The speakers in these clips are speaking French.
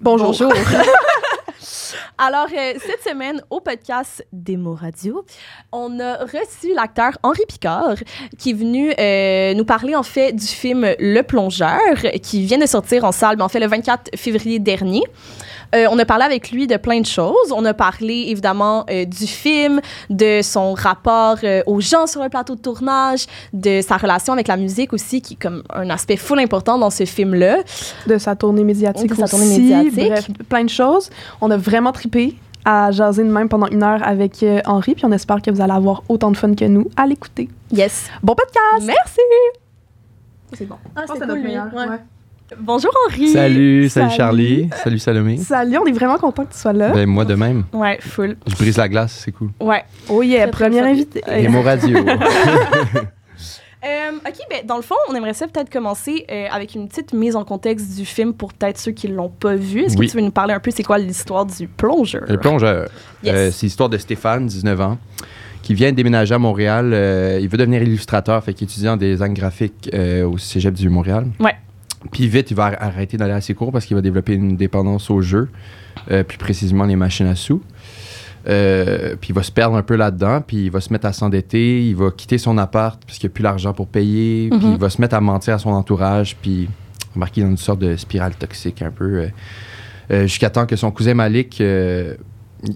Bonjour. Bonjour. Alors, euh, cette semaine, au podcast Démo Radio, on a reçu l'acteur Henri Picard, qui est venu euh, nous parler, en fait, du film Le Plongeur, qui vient de sortir en salle, mais en fait, le 24 février dernier. Euh, on a parlé avec lui de plein de choses. On a parlé, évidemment, euh, du film, de son rapport euh, aux gens sur le plateau de tournage, de sa relation avec la musique aussi, qui est comme un aspect full important dans ce film-là. de sa tournée médiatique. De sa tournée aussi. médiatique. Bref, plein de choses. On a vraiment tripé à jaser de même pendant une heure avec euh, Henri, puis on espère que vous allez avoir autant de fun que nous à l'écouter. Yes. Bon podcast! Merci. C'est bon. Ah, Je pense que Ah, c'est notre meilleur, ouais. Bonjour Henri. Salut, salut Salut. Charlie, salut Salomé. Salut, on est vraiment content que tu sois là. Ben, moi de même. Ouais, full. Je brise la glace, c'est cool. Ouais. oh yeah, Très, très premier fun. invité. Et mon radio. Euh, ok, ben, dans le fond, on aimerait ça peut-être commencer euh, avec une petite mise en contexte du film pour peut-être ceux qui l'ont pas vu. Est-ce Oui. que tu veux nous parler un peu c'est quoi l'histoire du plongeur? Le plongeur. Yes. Euh, c'est l'histoire de Stéphane, 19 ans, qui vient de déménager à Montréal. Euh, il veut devenir illustrateur, fait qu'il est étudiant en design graphique euh, au Cégep du Montréal. Ouais. Puis vite, il va ar- arrêter d'aller à ses cours parce qu'il va développer une dépendance au jeu, euh, plus précisément les machines à sous. Euh, puis il va se perdre un peu là-dedans, puis il va se mettre à s'endetter, il va quitter son appart parce qu'il n'y a plus l'argent pour payer, puis Mhm. il va se mettre à mentir à son entourage, puis embarquer dans une sorte de spirale toxique un peu, euh, euh, jusqu'à temps que son cousin Malik, euh,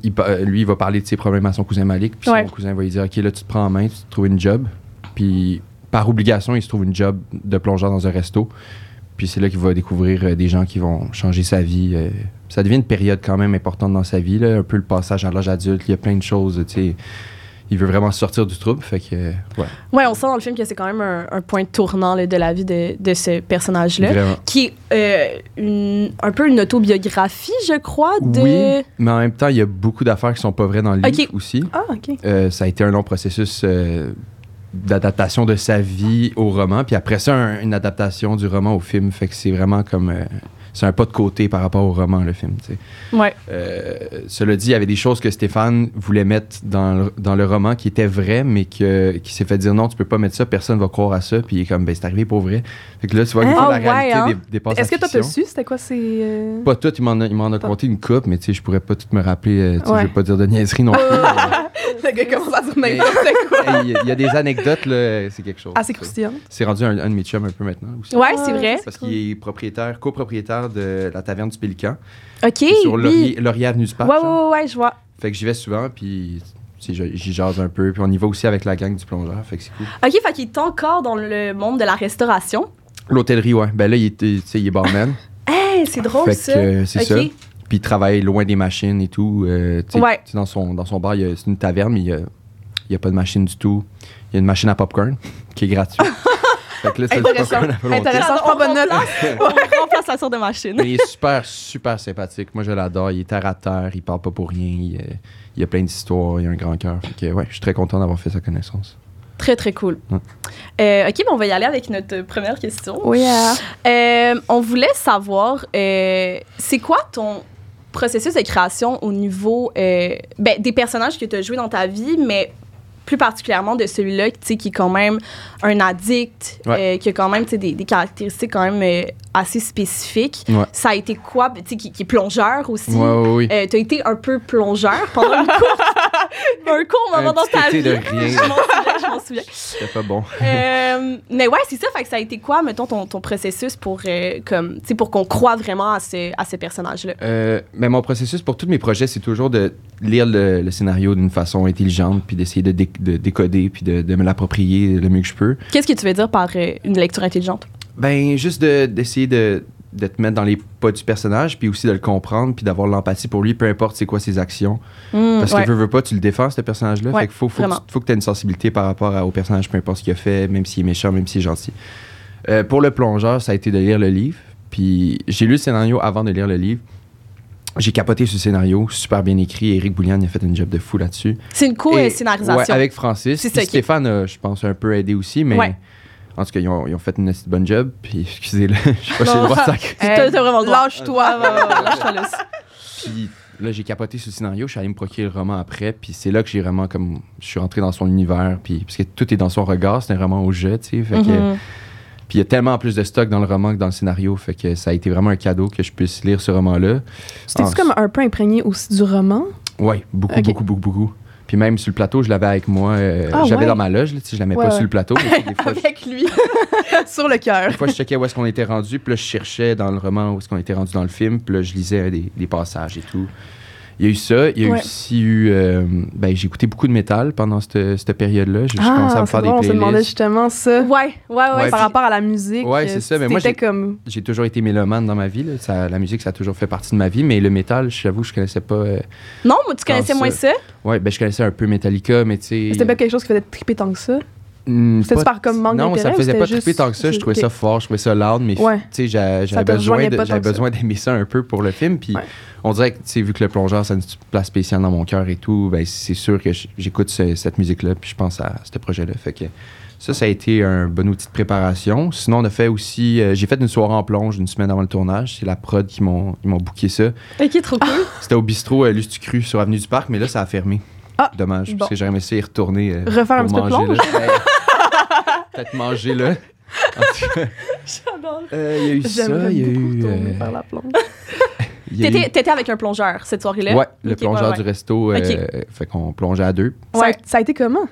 il pa- euh, lui, il va parler de ses problèmes à son cousin Malik, puis Ouais. son cousin va lui dire, OK, là, tu te prends en main, tu te trouves une job, puis par obligation, il se trouve une job de plongeur dans un resto, puis c'est là qu'il va découvrir euh, des gens qui vont changer sa vie. euh, ça devient une période quand même importante dans sa vie, là, un peu le passage à l'âge adulte. Il y a plein de choses, tu sais. Il veut vraiment sortir du trouble, fait que, euh, ouais, Ouais, on sent dans le film que c'est quand même un, un point tournant là, de la vie de, de ce personnage-là, vraiment. qui est euh, une- un peu une autobiographie, je crois, de... Oui, mais en même temps, il y a beaucoup d'affaires qui sont pas vraies dans le livre Ok. aussi. Ah, OK. Euh, ça a été un long processus euh, d'adaptation de sa vie au roman, puis après ça, un- une adaptation du roman au film, fait que c'est vraiment comme... euh, c'est un pas de côté par rapport au roman, le film, tu sais. Ouais, Euh, cela dit, il y avait des choses que Stéphane voulait mettre dans le, dans le roman qui étaient vraies, mais que, qui s'est fait dire non, tu peux pas mettre ça, personne va croire à ça. Puis il est comme, ben c'est arrivé pour vrai. Fait que là, tu vois, des Hein? fois, Ah la ouais, réalité hein? dé- dépasse la Est-ce que toi, t'as fiction. su? C'était quoi ces... euh, Pas tout, il m'en a, il m'en a Pas- compté une coupe, mais tu sais, je pourrais pas tout me rappeler. euh, tu sais, Ouais. Ah, Je vais pas dire de niaiserie non plus. Le gars commence à dire mais- n'importe quoi. Hey, Il y, a- il y a des anecdotes, là, c'est quelque chose. Ah, c'est Ça. croustillant. C'est rendu un, un de mes chums un peu maintenant aussi. ouais c'est vrai. Parce qu'il est propriétaire, copropriétaire de la taverne du Pélican, OK, qui est sur Laurier, Eh, oui. Laurier Avenue du Ouais, Parc. ouais, genre. ouais, ouais, je vois. Fait que j'y vais souvent, puis tu sais, je- j'y jase un peu. Puis on y va aussi avec la gang du plongeur, fait que c'est cool. OK, fait qu'il est encore dans le monde de la restauration. L'hôtellerie, ouais. Ben là, il est, tu sais, il est barman. Hey, c'est drôle, fait ça. que euh, c'est OK. ça. Puis il travaille loin des machines et tout. euh, tu sais, Ouais. tu sais, dans, son, dans son bar, il y a- c'est une taverne, mais il n'y a, il y a pas de machine du tout. Il y a une machine à popcorn qui est gratuite. fait que là, c'est du Intéressant. popcorn à volonté. Intéressant, je prends bonne note. On remplace la sorte de machine. Mais il est super, super sympathique. Moi, je l'adore. Il est terre à terre, il parle pas pour rien. Il, euh, il a plein d'histoires, il a un grand cœur. Fait que, ouais, je suis très content d'avoir fait sa connaissance. Très, très cool. Ouais. Euh, OK, ben on va y aller avec notre première question. Oui, euh, Euh, on voulait savoir, euh, c'est quoi ton processus de création au niveau euh, ben, des personnages que tu as joués dans ta vie, mais plus particulièrement de celui-là tu sais, qui est quand même un addict, Ouais. euh, qui a quand même tu sais, des, des caractéristiques quand même euh, assez spécifiques. Ouais. Ça a été quoi, ben, tu sais, qui, qui est plongeur aussi? Ouais, ouais, oui. tu as Euh, été un peu plongeur pendant une courte- un court moment Un dans petit ta vie. été de rien. Je m'en souviens, je m'en souviens. C'était pas bon. Euh, mais ouais, c'est ça. Fait que ça a été quoi, mettons, ton, ton processus pour, euh, comme, tu sais, pour qu'on croie vraiment à ce, à ce personnage-là? Euh, mais mon processus pour tous mes projets, c'est toujours de lire le, le scénario d'une façon intelligente, puis d'essayer de, dé- de décoder, puis de, de me l'approprier le mieux que je peux. Qu'est-ce que tu veux dire par euh, une lecture intelligente? Ben, juste de- d'essayer de, de te mettre dans les pas du personnage, puis aussi de le comprendre, puis d'avoir l'empathie pour lui, peu importe c'est quoi ses actions. Hmm, Parce ouais. que veux, veux pas, tu le défends, ce personnage-là. Ouais, fait que faut, faut, que vraiment. tu- faut que tu aies une sensibilité par rapport à- au personnage, peu importe ce qu'il a fait, même s'il est méchant, même s'il est gentil. Euh, pour le plongeur, ça a été de lire le livre. Puis j'ai lu le scénario avant de lire le livre. J'ai capoté ce scénario, super bien écrit. Eric Boulian il a fait une job de fou là-dessus. C'est une Et- co-scénarisation. ouais, avec Francis. C'est Puis ça qui- Stéphane, a, je pense, un peu aidé aussi, mais Ouais. en tout cas, ils ont, ils ont fait une assez bonne job. Puis excusez-le, je sais pas si j'ai le droit de sacrer. T'as- t'as vraiment le droit. Ah, Lâche-toi. Ouais, ouais, ouais, Euh, lâche-toi là. Puis là, j'ai capoté sur le scénario, je suis allé me procurer le roman après, puis c'est là que j'ai vraiment comme. Je suis rentré dans son univers, puis. Parce que tout est dans son regard, c'est un roman au jeu, tu sais. Fait que Mhm. Puis il y a tellement plus de stock dans le roman que dans le scénario. Fait que ça a été vraiment un cadeau que je puisse lire ce roman-là. C'était-tu Ah, comme un peu imprégné aussi du roman? Oui, beaucoup, Ok. beaucoup, beaucoup, beaucoup. Puis même sur le plateau, je l'avais avec moi. euh, Ah, J'avais ouais. dans ma loge, là, tu sais, je la mets Ouais, pas ouais. sur le plateau. mais des fois, je- Avec lui. Sur le cœur. Des fois, je checkais où est-ce qu'on était rendu, puis là, je cherchais dans le roman où est-ce qu'on était rendu dans le film, puis là, je lisais euh, des, des passages et tout. Il y a eu ça. Il y a Ouais. aussi eu. euh, ben, j'ai écouté beaucoup de métal pendant cette, cette période-là. Je, je commençais à me faire Ah, c'est bon, on des se demandait playlists. justement ça. Ouais, ouais, ouais. Ouais, Ah par puis- rapport à la musique. euh, Ouais, c'est ça, mais moi, C'était j'ai- comme. J'ai toujours été mélomane dans ma vie. là. Ça- la musique, ça a toujours fait partie de ma vie, mais le métal, j'avoue, je connaissais pas. euh, Non, moi, tu connaissais Non, moins ça. ouais, ben, je connaissais un peu Metallica, mais tu sais. C'était pas quelque chose qui faisait triper tant que ça. Hmm, C'était-tu pas- par comme manque Non, ça d'intérêt me ou faisait c'était pas juste- triper tant que ça. Je c'est- trouvais ok. ça fort, je trouvais ça loud, mais Ouais. tu sais, j'a- j'avais te besoin rejoignait de- pas tant j'avais que ça. besoin d'aimer ça un peu pour le film. Puis Ouais. on dirait que, tu sais, vu que le plongeur, ça a une petite place spéciale dans mon cœur et tout, ben, c'est sûr que j- j'écoute ce- cette musique-là, puis je pense à ce projet-là. Fait que ça, ça a été un bon outil de préparation. Sinon, on a fait aussi, euh, j'ai fait une soirée en plonge une semaine avant le tournage. C'est la prod qui m'ont ils m'ont booké ça. Ok, trop cool. C'était au bistrot euh, Lustucru sur Avenue du Parc, mais là, ça a fermé. Ah, Dommage, bon. parce que j'aurais aimé ça y retourner. euh, Refaire un petit pour peu manger, plonge. là. Ouais. Peut-être manger là. En tout cas, J'adore. euh, Il y a eu ça, J'aimerais il y a beaucoup eu. retourner euh, par la plonge. il y a eu- T'étais t'étais avec un plongeur cette soirée-là? Ouais, le Ok, plongeur ouais, du resto. euh, Ok. Fait qu'on plongeait à deux. Ça, a- Ouais. ça a été comment?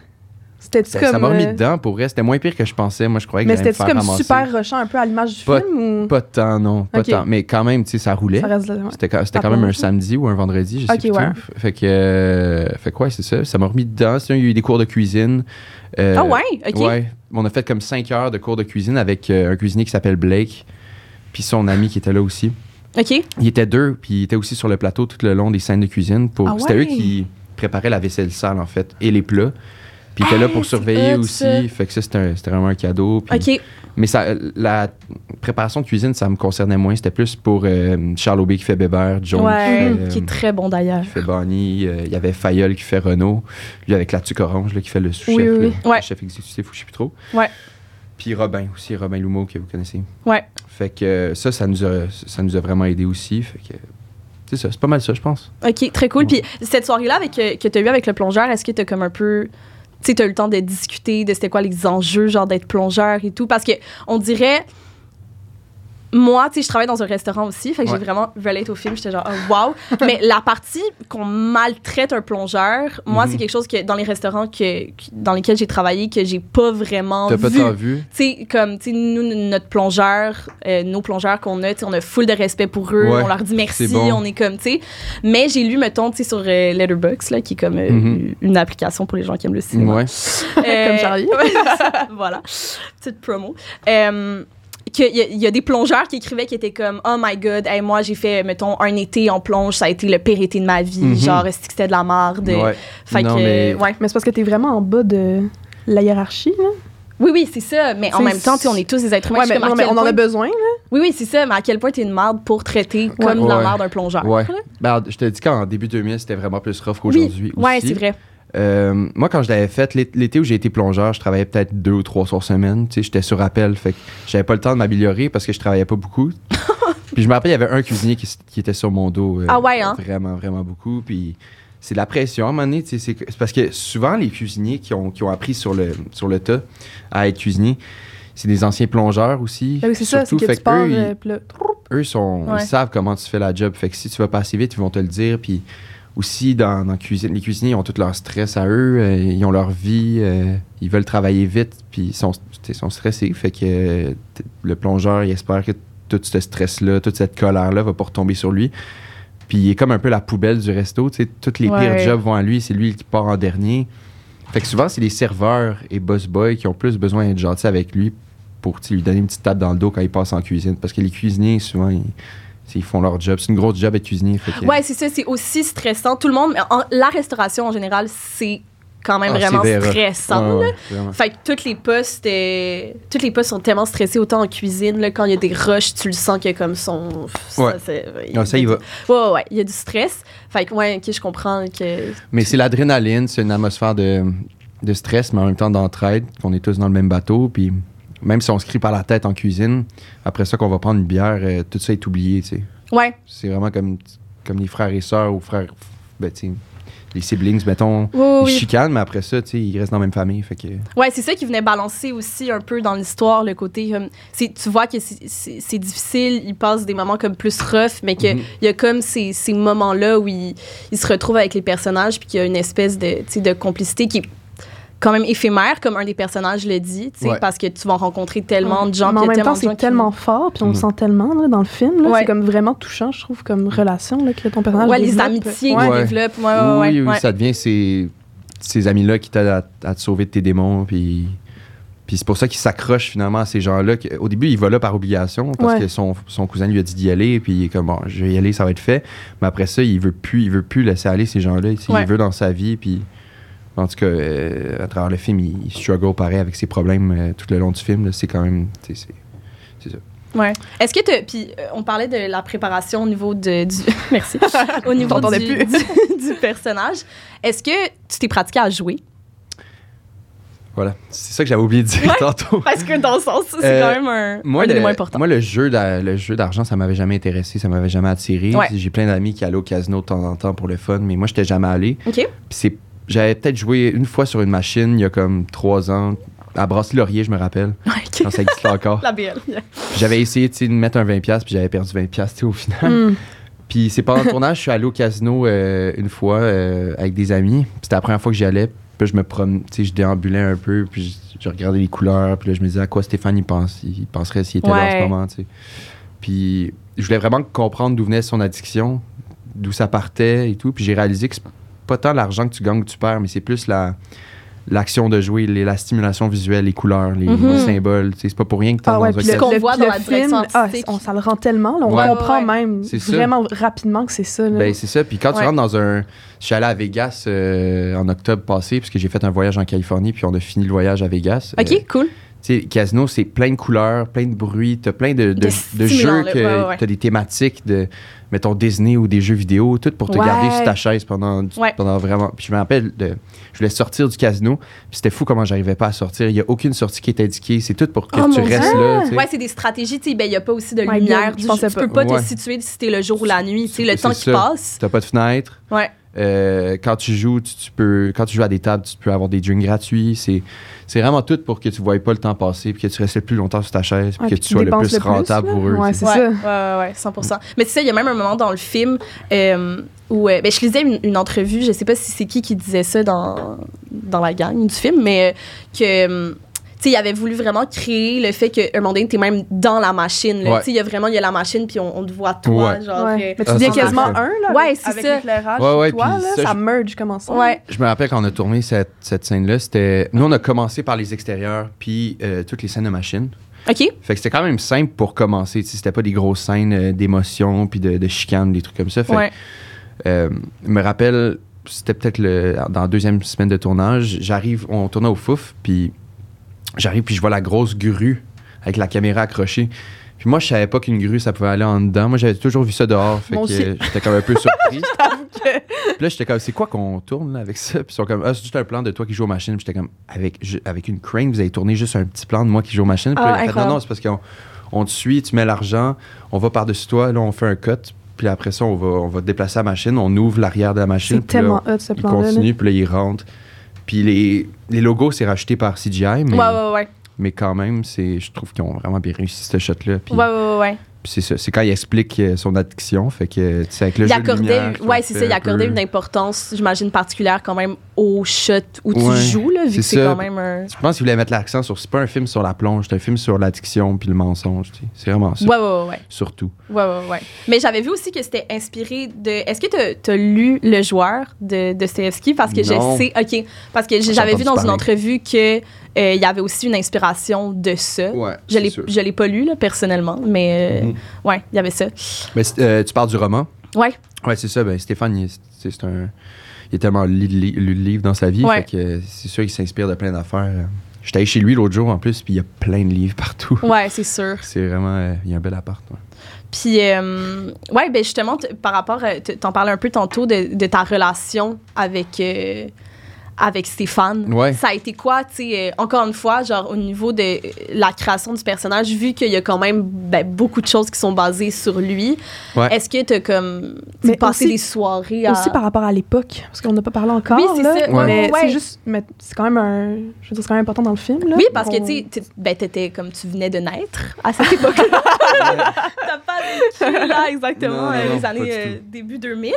C'était-tu Ça comme. ça m'a remis euh, dedans pour vrai. C'était moins pire que je pensais. Moi, je croyais que Mais j'allais me c'était-tu faire comme ramasser. super rushant un peu à l'image du Pas- film ou. Pas tant, non. Pas Ok. tant. Mais quand même, tu sais, ça roulait. Ça reste là. ouais. C'était quand, c'était Ah, quand même bon. un samedi ou un vendredi, je sais Ok, plus ouais. trop. Fait que, euh, fait que ouais, c'est ça. Ça m'a remis dedans. Sinon, il y a eu des cours de cuisine. Euh, Ah ouais? Ok. Ouais. On a fait comme 5 heures de cours de cuisine avec euh, un cuisinier qui s'appelle Blake, puis son ami qui était là aussi. Ok. Ils étaient deux, puis ils étaient aussi sur le plateau tout le long des scènes de cuisine. Pour... Ah ouais? C'était eux qui préparaient la vaisselle sale, en fait, et les plats. Puis ils étaient là Ah, pour c'est surveiller hot, aussi. ça. Fait que ça, c'était un- c'était vraiment un cadeau. puis- Ok. Mais ça, la préparation de cuisine, ça me concernait moins. C'était plus pour euh, Charles Aubé qui fait Bébert, Jones Ouais, qui fait, euh, qui est très bon d'ailleurs. qui fait Bonnie, euh, il y avait Fayol qui fait Renault, lui avec la tuque orange là, qui fait le sous-chef, Oui, oui, là, oui. le Ouais. chef exécutif ou je sais plus trop. Ouais. Puis Robin aussi, Robin Lumeau que vous connaissez. Ouais. Fait que euh, ça, ça nous a, ça nous a vraiment aidé aussi. Fait que c'est ça, c'est pas mal ça, je pense. OK, très cool. Puis cette soirée-là avec, euh, que tu as eu avec le plongeur, est-ce que tu as comme un peu. Tu sais, tu eu le temps de discuter de c'était quoi les enjeux, genre d'être plongeur et tout? Parce que on dirait. Moi, tu sais, je travaille dans un restaurant aussi, fait que Ouais. j'ai vraiment relate au film. J'étais genre, oh, wow. Mais la partie qu'on maltraite un plongeur, moi, Mhm. c'est quelque chose que dans les restaurants que, que- dans lesquels j'ai travaillé, que j'ai pas vraiment T'as pas vu tant vu? tu sais, comme, tu sais, nous, n- notre plongeur, euh, nos plongeurs qu'on a, tu sais, on a full de respect pour eux, Ouais, on leur dit merci, c'est bon. on est comme, tu sais. Mais j'ai lu, mettons, tu sais, sur euh, Letterboxd, là, qui est comme euh, Mhm. une application pour les gens qui aiment le cinéma. Ouais. Euh, Comme Charlie. voilà, petite promo. Euh, qu'il y, a- il y a des plongeurs qui écrivaient qui étaient comme oh my god hey, moi j'ai fait mettons un été en plonge ça a été le pire été de ma vie Mhm. genre c'est que c'était de la merde Ouais. fait Non, que mais- ouais Mais c'est parce que t'es vraiment en bas de la hiérarchie. Là. oui oui c'est ça mais en C'est- même temps tu sais, on est tous des êtres humains Ouais, Je mais, suis comme, à non, mais quel on en point- a besoin. là. Oui, oui, c'est ça, mais à quel point t'es une marde pour traiter comme de la Ouais. marde un plongeur. Ouais. là. Ben, je te dis qu'en début 2000, c'était vraiment plus rough Oui, qu'aujourd'hui. ouais, aussi. c'est vrai. Euh, moi, quand je l'avais faite, l'é- l'été où j'ai été plongeur, je travaillais peut-être deux ou trois soirs semaine. Tu sais, j'étais sur appel, fait que j'avais pas le temps de m'améliorer parce que je travaillais pas beaucoup. puis je me rappelle, il y avait un cuisinier qui, s- qui était sur mon dos. euh, Ah ouais, hein? Vraiment, vraiment beaucoup. Puis c'est de la pression à un moment donné. tu sais, C'est que- c'est parce que souvent, les cuisiniers qui ont, qui ont appris sur le, sur le tas à être cuisinier, c'est des anciens plongeurs aussi. Ben oui, c'est ça, c'est surtout. que Fait tu pars. qu'eux, ils- euh, puis là, eux sont, Ouais. ils savent comment tu fais la job. Fait que si tu vas pas assez vite, ils vont te le dire. Puis aussi, dans, dans la cuisine, les cuisiniers ils ont tout leur stress à eux. euh, ils ont leur vie. euh, ils veulent travailler vite. Puis ils sont, tu sais, ils sont stressés. Fait que euh, t- le plongeur, il espère que tout ce stress-là, toute cette colère-là va pas retomber sur lui. Puis il est comme un peu la poubelle du resto. tu sais, Toutes les Ouais. pires jobs vont à lui. C'est lui qui part en dernier. Fait que souvent, c'est les serveurs et boss boys qui ont plus besoin d'être gentils avec lui pour tu sais, lui donner une petite tape dans le dos quand il passe en cuisine. Parce que les cuisiniers, souvent, ils, tu sais, ils font leur job. C'est une grosse job être cuisinier. fait que- Ouais, c'est ça, c'est aussi stressant. Tout le monde, mais en- la restauration en général, c'est quand même Ah, c'est vraiment véreux. stressant. Ouais, là. ouais, vraiment. Fait que toutes les postes, euh, toutes les postes sont tellement stressés, autant en cuisine, là, quand il y a des rushs, tu le sens que comme son. Ouais. Ça, c'est- Ah, ça, il va. Ouais, ouais, ouais, il y a du stress. Fait que, ouais, ok, je comprends que. Mais c'est l'adrénaline, c'est une atmosphère de, de stress, mais en même temps d'entraide, qu'on est tous dans le même bateau. Puis même si on se crie par la tête en cuisine, après ça qu'on va prendre une bière, euh, tout ça est oublié. tu sais. Ouais, C'est vraiment comme, comme les frères et sœurs ou frères. Ben, tu sais, les siblings, mettons, Oui, oui, ils se oui. chicanent, mais après ça, tu sais, ils restent dans la même famille. Fait que... Ouais, c'est ça qui venait balancer aussi un peu dans l'histoire, le côté. euh, c'est- tu vois que c'est- c'est c'est difficile, il passe des moments comme plus rough, mais qu'il Mhm. y a comme ces, ces moments-là où il, il se retrouve avec les personnages, puis qu'il y a une espèce de, tu sais, de complicité qui est quand même éphémère, comme un des personnages le dit, tu sais, Ouais. parce que tu vas rencontrer tellement de gens, Ah, Mais en puis il y même temps, a tellement de gens c'est qui- tellement fort, puis on le Mm. sent tellement là, dans le film. là. Ouais. C'est comme vraiment touchant, je trouve, comme relation là, que ton personnage. Ouais, les développe. amitiés Ouais. qu'il Ouais. développe. Ouais, ouais, Ah, ouais, oui, oui, ouais. ça devient ces, ces amis-là qui t'aident à, à te sauver de tes démons. Puis, puis c'est pour ça qu'ils s'accrochent finalement à ces gens-là. que- Au début, il va là par obligation parce Ouais. que son, son cousin lui a dit d'y aller. Puis il est comme, bon, je vais y aller, ça va être fait. Mais après ça, il veut plus, il veut plus laisser aller ces gens-là. Il Ouais. les veut dans sa vie. Puis en tout cas, euh, à travers le film, il, il struggle pareil avec ses problèmes euh, tout le long du film. là. C'est quand même. tu sais, c'est- Ouais. Est-ce que tu. Puis euh, on parlait de la préparation au niveau de, du. Merci. au niveau t'entendait du, plus. du- du personnage. Est-ce que tu t'es pratiqué à jouer? Voilà. C'est ça que j'avais oublié de dire Ouais. tantôt. Parce que dans le sens, c'est Euh, quand même un, Moi, un le, élément important. moi, le jeu d'a- le jeu d'argent, ça m'avait jamais intéressé, ça m'avait jamais attiré. Ouais. J'ai plein d'amis qui allaient au casino de temps en temps pour le fun, mais moi, j'étais jamais allé. OK. Puis c'est- j'avais peut-être joué une fois sur une machine il y a comme trois ans, à Brasserie Laurier, je me rappelle, OK. quand ça existait encore. La BL. Puis J'avais essayé tu sais, de mettre un 20$, puis j'avais perdu 20$ tu sais, au final. Mm. Puis c'est pendant le tournage, je suis allé au casino euh, une fois euh, avec des amis. Puis C'était la première fois que j'y allais. Puis je me promenais, tu sais, je déambulais un peu, puis je, je regardais les couleurs, puis là, je me disais à quoi Stéphane il pense, il penserait s'il était là en Ouais. ce moment, tu sais. Puis je voulais vraiment comprendre d'où venait son addiction, d'où ça partait et tout. Puis j'ai réalisé que c'est pas tant l'argent que tu gagnes que tu perds, mais c'est plus la l'action de jouer, les- la stimulation visuelle, les couleurs, les, Mhm. les symboles, tu sais, c'est pas pour rien que tu Ah ouais, puis Ce le, qu'on le- voit le dans la film, direction ah, artistique. on, ça le rend tellement, là, on Ouais. comprend Ouais, ouais. même C'est ça. vraiment rapidement que c'est ça. là. Ben, c'est ça. Puis quand Ouais. tu rentres dans un. Je suis allé à Vegas euh, en octobre passé, puisque j'ai fait un voyage en Californie, puis on a fini le voyage à Vegas. Euh, OK, cool. tu sais, casino, c'est plein de couleurs, plein de bruits, t'as plein de, de- De de stimulants, jeux, là. que, Ouais, ouais. t'as des thématiques de, mettons, Disney ou des jeux vidéo, tout pour te Ouais. garder sur ta chaise pendant, du- Ouais. pendant vraiment. Puis je me rappelle, de, je voulais sortir du casino, puis c'était fou comment j'arrivais pas à sortir. Il y a aucune sortie qui est indiquée, c'est tout pour que Oh, tu mon restes Dieu. là. tu sais. Ouais, c'est des stratégies. Tu sais, ben, il n'y a pas aussi de Ouais, lumière. bien, je du- pensais tu peux pas Ouais. te situer si t'es le jour ou la nuit. Tu sais, le C'est temps qui ça. passe. T'as pas de fenêtre. Ouais. Euh, quand tu joues, tu, tu peux, quand tu joues à des tables, tu peux avoir des drinks gratuits. C'est, c'est vraiment tout pour que tu ne voyais pas le temps passer, puis que tu restes le plus longtemps sur ta chaise, puis Ouais, que puis tu tu sois le dépenses plus le plus, rentable là. pour eux. Ouais, tu sais. c'est ouais, ça. Ouais, ouais, ouais, 100 Mais tu sais, il y a même un moment dans le film euh, où euh, ben, je lisais une, une entrevue, je sais pas si c'est qui qui disait ça dans, dans la gang du film, mais euh, que. euh, tu sais, il avait voulu vraiment créer le fait que un moment donné, t'es même dans la machine. là. Ouais. Tu sais, il y a vraiment il y a la machine, puis on, on te voit toi, Ouais. genre. Ouais. euh, Mais tu Ah, deviens ça, quasiment c'est un, là, Ouais, avec, c'est avec ça. l'éclairage Ouais, et ouais, toi, puis là, ça, ça, je- merge comme ensemble. Ouais. Je me rappelle quand on a tourné cette, cette scène-là, c'était. Nous, on a commencé par les extérieurs, puis euh, toutes les scènes de machine. OK. Fait que c'était quand même simple pour commencer. tu sais, C'était pas des grosses scènes euh, d'émotion, puis de, de chicane, des trucs comme ça. Fait que Ouais. Euh, je me rappelle, c'était peut-être le- dans la deuxième semaine de tournage, j'arrive, on tournait au Fouf, puis j'arrive, puis je vois la grosse grue avec la caméra accrochée. Puis moi, je savais pas qu'une grue, ça pouvait aller en dedans. Moi, j'avais toujours vu ça dehors. Fait Moi que aussi. euh, j'étais comme un peu surpris. Puis là, j'étais comme, c'est quoi qu'on tourne là, avec ça? Puis ils sont comme, ah, c'est juste un plan de toi qui joue aux machines. Puis j'étais comme, avec, ju- avec une crane, vous avez tourné juste un petit plan de moi qui joue aux machines. Puis Ah, là, il a fait, non, incroyable. non, c'est parce qu'on on te suit, tu mets l'argent, on va par-dessus toi, là, on fait un cut. Puis après ça, on va, on va déplacer la machine, on ouvre l'arrière de la machine. C'est puis là, tellement hot, ce il plan-là. là. continue, puis là, il rentre. Puis les, les logos, c'est racheté par CGI, mais, Ouais, ouais, ouais. mais quand même, c'est, je trouve qu'ils ont vraiment bien réussi ce shot-là. Puis, Ouais, ouais, ouais, ouais. puis c'est ça, c'est quand il explique euh, son addiction, fait que, tu sais, avec le il jeu de accordait, lumière, je ouais, pense c'est que ça, il un accordait peu- une importance, j'imagine, particulière quand même au shot où tu Ouais, joues, là, vu c'est que c'est ça. quand même un. Je pense qu'il voulait mettre l'accent sur. C'est pas un film sur la plonge, c'est un film sur l'addiction puis le mensonge. tu sais. C'est vraiment ça. Ouais, ouais, ouais, ouais. Surtout. Ouais, ouais, ouais. Mais j'avais vu aussi que c'était inspiré de. Est-ce que t'as- t'as lu Le joueur de Dostoevsky? Parce que Non. je sais. OK. Parce que J'ai j'avais vu entendu dans une parler. entrevue que euh, il y avait aussi une inspiration de ça. Ouais. Je l'ai- je l'ai pas lu, là, personnellement, mais euh, Mhm. ouais, il y avait ça. Mais c'est- euh, tu parles du roman. Ouais. Ouais, c'est ça. Ben, Stéphane, il, c'est c'est un, il a tellement lu, de li- lu de livres dans sa vie. Ouais. fait que c'est sûr qu'il s'inspire de plein d'affaires. J'étais allé chez lui l'autre jour en plus, puis il y a plein de livres partout. Ouais, c'est sûr. C'est vraiment. euh, il y a un bel appart. ouais. Puis, euh, ouais, ben justement, t- par rapport, euh, t- t'en parlais un peu tantôt de, de ta relation avec, euh, avec ses fans. Ouais. Ça a été quoi, tu sais, euh, encore une fois, genre au niveau de euh, la création du personnage, vu qu'il y a quand même ben, beaucoup de choses qui sont basées sur lui, Ouais. est-ce que t'as comme t'sais, Mais passé aussi- des soirées à... Aussi par rapport à l'époque, parce qu'on n'a pas parlé encore. Oui, c'est là, ça. Ouais. Mais Ouais. c'est juste, mais c'est quand même un, je veux dire, c'est quand même important dans le film. Là, Oui, parce que qu'on- tu sais, ben, t'étais comme tu venais de naître à cette époque-là. T'as pas vécu là exactement Non, non, euh, non, les pas du années euh, tout. début 2000.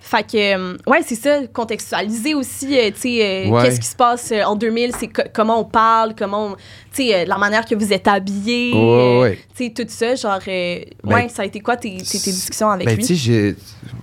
Fait que euh, ouais, c'est ça, contextualiser aussi, euh, tu sais, euh, Ouais. qu'est-ce qui se passe euh, en 2000, c'est co- comment on parle, comment, on- tu sais, euh, la manière que vous êtes habillé, euh, Ouais, ouais. tu sais, tout ça, genre, euh, Ben, ouais, ça a été quoi tes, tes- tes discussions avec Ben, lui tu sais, j'ai-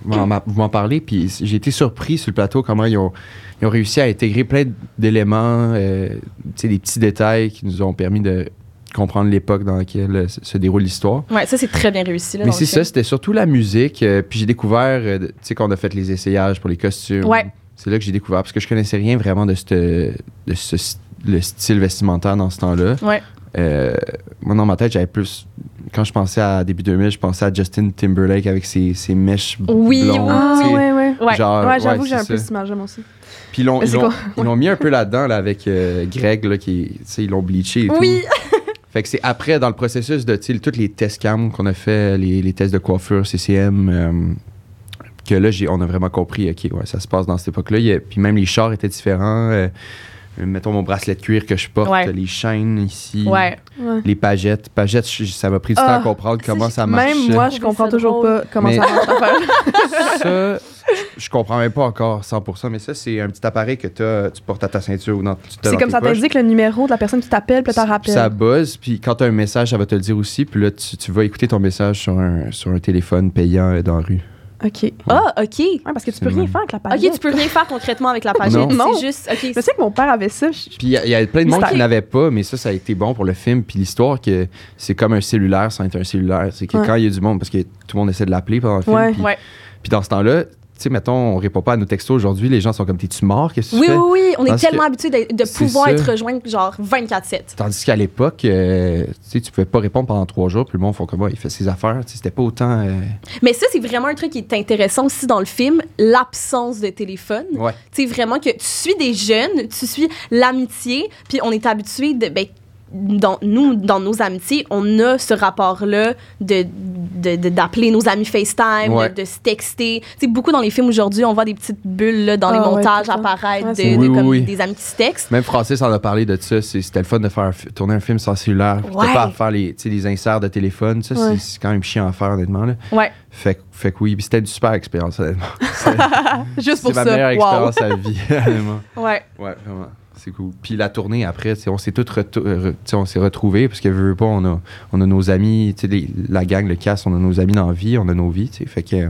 vous m'en- vous m'en parlez, puis j'ai été surpris sur le plateau comment ils ont, ils ont réussi à intégrer plein d'éléments, euh, tu sais, des petits détails qui nous ont permis de comprendre l'époque dans laquelle euh, se- se déroule l'histoire. Ouais, ça c'est très bien réussi là. Mais dans le c'est film. ça, c'était surtout la musique. euh, puis j'ai découvert, euh, tu sais, qu'on a fait les essayages pour les costumes. Ouais. C'est là que j'ai découvert, parce que je connaissais rien vraiment de, cette, de ce st- le style vestimentaire dans ce temps-là. Ouais. Euh, moi, dans ma tête, j'avais plus. Quand je pensais à début 2000, je pensais à Justin Timberlake avec ses, ses mèches blondes. Oui, Ah, tu sais. ouais, ouais. Ouais. Genre, ouais, j'avoue ouais, que j'ai c'est un peu ça. cette image-là, moi aussi. Puis ils l'ont- Mais ils c'est l'ont quoi? ils l'ont mis un peu là-dedans là, avec euh, Greg, là, qui, tu sais, ils l'ont bleaché et tout. Oui, Fait que c'est après, dans le processus de tu sais, tous les tests cam qu'on a fait, les, les tests de coiffure, CCM, euh, que là, j'ai- on a vraiment compris, OK, ouais, ça se passe dans cette époque-là. Il y a- Puis même les chars étaient différents. euh, mettons mon bracelet de cuir que je porte, Ouais. les chaînes ici, ouais. Ouais. les pagettes. Pagettes, je- ça m'a pris du temps à Ah, comprendre comment c'est- ça marche. Même moi, je Oui, comprends c'est toujours drôle. pas comment Mais- ça marche. l'affaire. ça, je comprends même pas encore 100%, mais ça, c'est un petit appareil que t'as- tu portes à ta ceinture ou dans tu t'as C'est dans comme tes ça poches. t'indique le numéro de la personne qui t'appelle, puis t'en rappelle. Ça buzz, puis quand t'as un message, ça va te le dire aussi. Puis là, tu, tu vas écouter ton message sur un, sur un téléphone payant euh, dans la rue. OK. Ouais, Ah, OK. parce que tu C'est peux rien même- faire avec la page. OK, tu peux rien faire concrètement avec la pagette, Non. Ben, Non. c'est juste OK. Je sais que mon père avait ça. je- Puis il y, a- il y a plein de monde C'est- qui n'avait pas, mais ça, ça a été bon pour le film. Puis l'histoire, que c'est comme un cellulaire sans être un cellulaire. C'est que Ouais. quand il y a du monde, parce que tout le monde essaie de l'appeler pendant le film. Ouais. Puis, Ouais. puis dans ce temps-là, tu sais, mettons, on répond pas à nos textos aujourd'hui. Les gens sont comme, t'es-tu mort? Qu'est-ce que tu Oui, fais? oui, oui. On est Parce tellement que- habitué de, de C'est pouvoir ça. être rejoint genre 24-7. Tandis qu'à l'époque, euh, tu sais, tu pouvais pas répondre pendant trois jours, puis le monde font comme, ouais, il fait ses affaires. Tu sais, C'était pas autant. euh, Mais ça, c'est vraiment un truc qui est intéressant aussi dans le film, l'absence de téléphone. Ouais. Tu sais, vraiment que tu suis des jeunes, tu suis l'amitié, puis on est habitué de. Ben, dans, nous, dans nos amitiés, on a ce rapport-là de, de- de- d'appeler nos amis FaceTime, Ouais. de, de se texter. Tu sais, beaucoup dans les films aujourd'hui, on voit des petites bulles là, dans les Ah ouais, montages tout le temps. apparaître Ouais, de, c'est de vrai. Oui, comme oui, oui. des amis qui se textent. Même Francis en a parlé de ça. c'est- C'était le fun de faire un fi- tourner un film sans cellulaire. puis Ouais. T'as pas à faire les, tu sais, les inserts de téléphone. Ça, c'est- Ouais. c'est quand même chiant à faire, honnêtement. Là. Ouais. Fait, que- fait que oui, puis c'était une super expérience, honnêtement. Juste C'est pour ma ça. meilleure Wow. expérience à vie, honnêtement. Ouais. Ouais, vraiment. C'est cool. Puis la tournée, après, tu sais, on s'est tous retou- euh, re- tu sais, on s'est retrouvés, parce que veux, veux pas, on a, on a nos amis, tu sais, les- la gang, le casse, on a nos amis dans la vie, on a nos vies. tu sais. Fait que euh,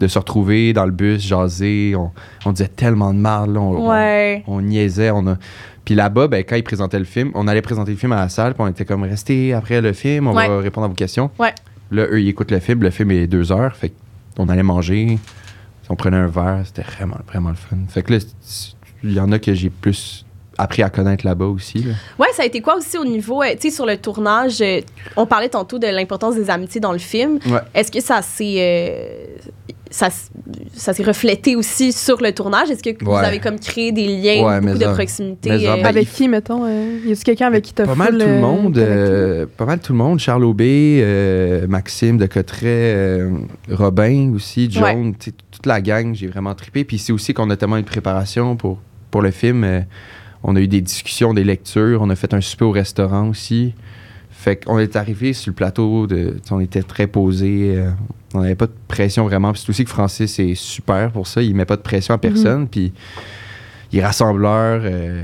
de se retrouver dans le bus, jaser, on, on disait tellement de mal. là, on- on- Ouais. on niaisait, on a. Puis là-bas, ben, quand ils présentaient le film, on allait présenter le film à la salle, puis on était comme restez après le film, on va répondre à vos questions. Ouais. Là, eux, ils écoutent le film, le film est deux heures, fait qu'on allait manger, on prenait un verre, c'était vraiment, vraiment le fun. Fait que là, c'est- c'est- il y en a que j'ai plus appris à connaître là-bas aussi. là. Ouais, ça a été quoi aussi au niveau, euh, tu sais, sur le tournage, euh, on parlait tantôt de l'importance des amitiés dans le film. Ouais. Est-ce que ça s'est, euh, ça, s- ça s'est reflété aussi sur le tournage? Est-ce que vous Ouais. avez comme créé des liens Ouais, mais beaucoup de ça- proximité? mais ça, euh, ben, Avec il- qui, mettons euh, Y a-tu quelqu'un avec qui t'as Pas mal full, tout le euh, monde, connecté? euh, pas mal tout le monde, Charles Aubé, euh, Maxime de Cotteret, euh, Robin aussi, John, tu sais, toute la gang, j'ai vraiment trippé. Puis c'est aussi qu'on a tellement une préparation pour, pour le film. euh, on a eu des discussions, des lectures, on a fait un souper au restaurant aussi. Fait qu'on est arrivé sur le plateau, de, tu sais, on était très posé, on n'avait pas de pression vraiment. Puis c'est aussi que Francis est super pour ça, il met pas de pression à personne, puis il est rassembleur, euh,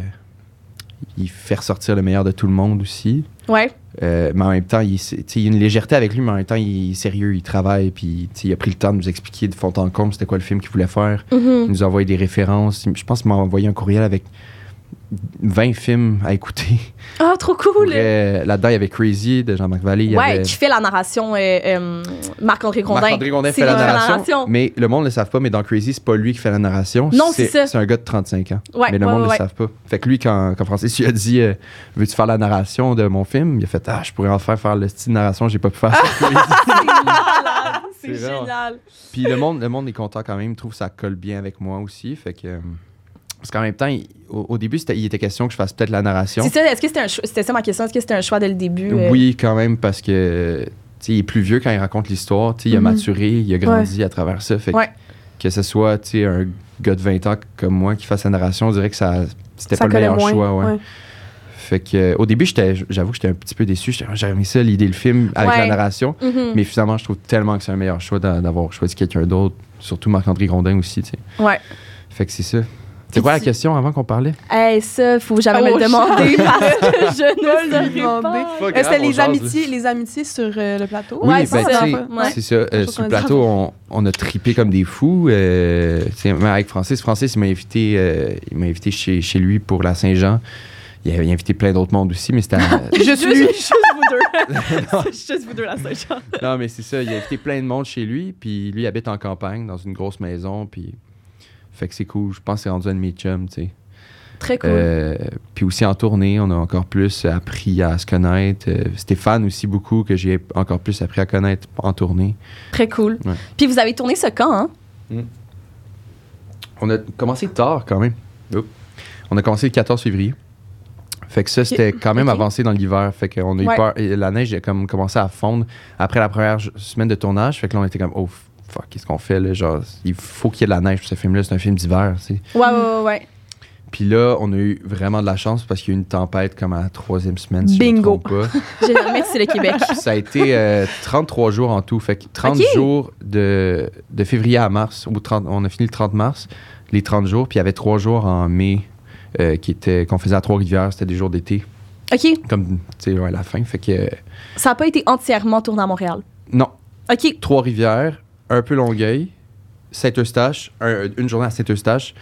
il fait ressortir le meilleur de tout le monde aussi. Ouais. Euh, mais en même temps, il, s- tu sais, il y a une légèreté avec lui, mais en même temps, il est sérieux, il travaille, puis tu sais, il a pris le temps de nous expliquer de fond en comble c'était quoi le film qu'il voulait faire. Il Mhm. nous a envoyé des références. Il- Je pense qu'il m'a envoyé un courriel avec 20 films à écouter. Ah, trop cool! Après, Là-dedans, il y avait Crazy de Jean-Marc Vallée. il y ouais, avait- qui fait la narration, euh, euh, Marc-André Grondin. Marc-André Gondin C'est fait la lui qui narration, Mais le monde ne le savent pas, mais dans Crazy, c'est pas lui qui fait la narration. Non, c'est ça. C'est un gars de 35 ans. Ouais, mais le ouais, monde ne ouais, ouais. le savent pas. Fait que lui, quand, quand Francis lui a dit euh, Veux-tu faire la narration de mon film Il a fait Ah, je pourrais en faire, faire le style de narration, j'ai pas pu faire ça. C'est malade, c'est C'est hein. vraiment- génial. Puis le monde, le monde est content quand même, trouve que ça colle bien avec moi aussi. Fait que. euh, Parce qu'en même temps, il- au, au début, c'était- il était question que je fasse peut-être la narration. C'est ça, est-ce que c'était un choix- c'était ça ma question? Est-ce que c'était un choix dès le début? euh, Oui, quand même, parce que tu sais, il est plus vieux quand il raconte l'histoire. tu sais, Il a Mhm. maturé, il a grandi à travers ça. Fait que- Mm-hmm. Ouais. que ce soit tu sais, un gars de 20 ans comme moi qui fasse la narration, on dirait que ça c'était Ça pas le collait meilleur moins, choix. ouais. ouais. Fait que, euh, au début, j'étais- j'avoue que j'étais un petit peu déçu. J'étais, J'avais aimé ça, l'idée, le film avec Ouais. la narration. Mhm. Mais finalement, je trouve tellement que c'est un meilleur choix d'a- d'avoir choisi quelqu'un d'autre, surtout Marc-André Grondin aussi. tu sais. Ouais. Fait que c'est ça. C'est Puis quoi la tu- question avant qu'on parlait? Hey, ça, faut jamais me Oh, le demander parce que je ne Pas le lui demander. demander. Fuck. Euh, C'était grave, on les jase, amitiés, les amitiés sur euh, le plateau. Oui, Ouais, ben, c'est tu ça. sais, Ouais. c'est ça. Euh, Quelque chose sur qu'on le a dit. plateau, on, on a tripé comme des fous. Euh, tu sais, même avec Francis, Francis, il m'a invité, euh, il m'a invité chez, chez lui pour la Saint-Jean. Il a, il a invité plein d'autres mondes aussi, mais c'était. à- Juste lui. Juste vous deux. C'est juste vous deux, la seule chose. non, mais c'est ça. Il a invité plein de monde chez lui, puis lui il habite en campagne, dans une grosse maison, puis. Fait que c'est cool. Je pense que c'est rendu un de mes chums, tu sais. Très cool. Euh, puis aussi en tournée, on a encore plus appris à se connaître. Euh, Stéphane aussi beaucoup, que j'ai encore plus appris à connaître en tournée. Très cool. ouais. Puis vous avez tourné ce camp, hein? On a commencé tard quand même. Oups. On a commencé le 14 février. Fait que ça, c'était quand même Ok. avancé dans l'hiver. Fait qu'on a eu Ouais. peur. et la neige a comme commencé à fondre après la première j- semaine de tournage. Fait que là, on était comme, oh fuck, qu'est-ce qu'on fait là? Genre, il faut qu'il y ait de la neige pour ce film-là. C'est un film d'hiver, tu sais. Ouais, ouais, ouais, ouais. Puis là, on a eu vraiment de la chance parce qu'il y a eu une tempête comme à la troisième semaine. Si Bingo. Je me trompe pas. Génial. Merci le Québec. ça a été euh, 33 jours en tout. Fait que 30 Ok. jours de, de février à mars. Ou 30 on a fini le 30 mars, les 30 jours. Puis il y avait 3 jours en mai euh, qui étaient- qu'on faisait à Trois-Rivières. C'était des jours d'été, OK, comme tu sais, ouais, la fin. Fait que euh, ça n'a pas été entièrement tourné à Montréal. non, OK, Trois-Rivières, un peu Longueuil, Saint-Eustache, un- une journée à Saint-Eustache.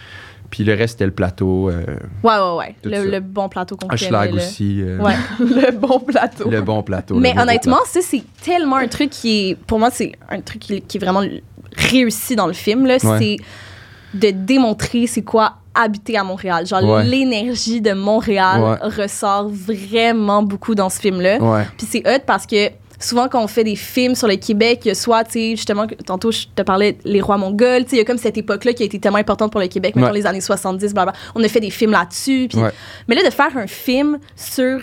Puis le reste, c'était le plateau, euh, ouais, ouais, ouais. Tout Le, ça. le bon plateau qu'on connaît. Hochelag le- aussi. euh, Ouais. le bon plateau. Le bon plateau. le Mais beau honnêtement, ça, c'est tellement un truc qui est. Pour moi, c'est un truc qui, qui est vraiment l- réussi dans le film. Là. Ouais. C'est de démontrer c'est quoi habiter à Montréal. Genre, Ouais. l'énergie de Montréal Ouais. ressort vraiment beaucoup dans ce film-là. plateau. Ouais. Puis c'est hot parce que souvent, quand on fait des films sur le Québec, il y a soit, tu sais, justement, que- tantôt, je te parlais de les rois mongols, tu sais, il y a comme cette époque-là qui a été tellement importante pour le Québec, mettons Ouais. les années 70, blablabla. On a fait des films là-dessus. puis- Ouais. Mais là, de faire un film sur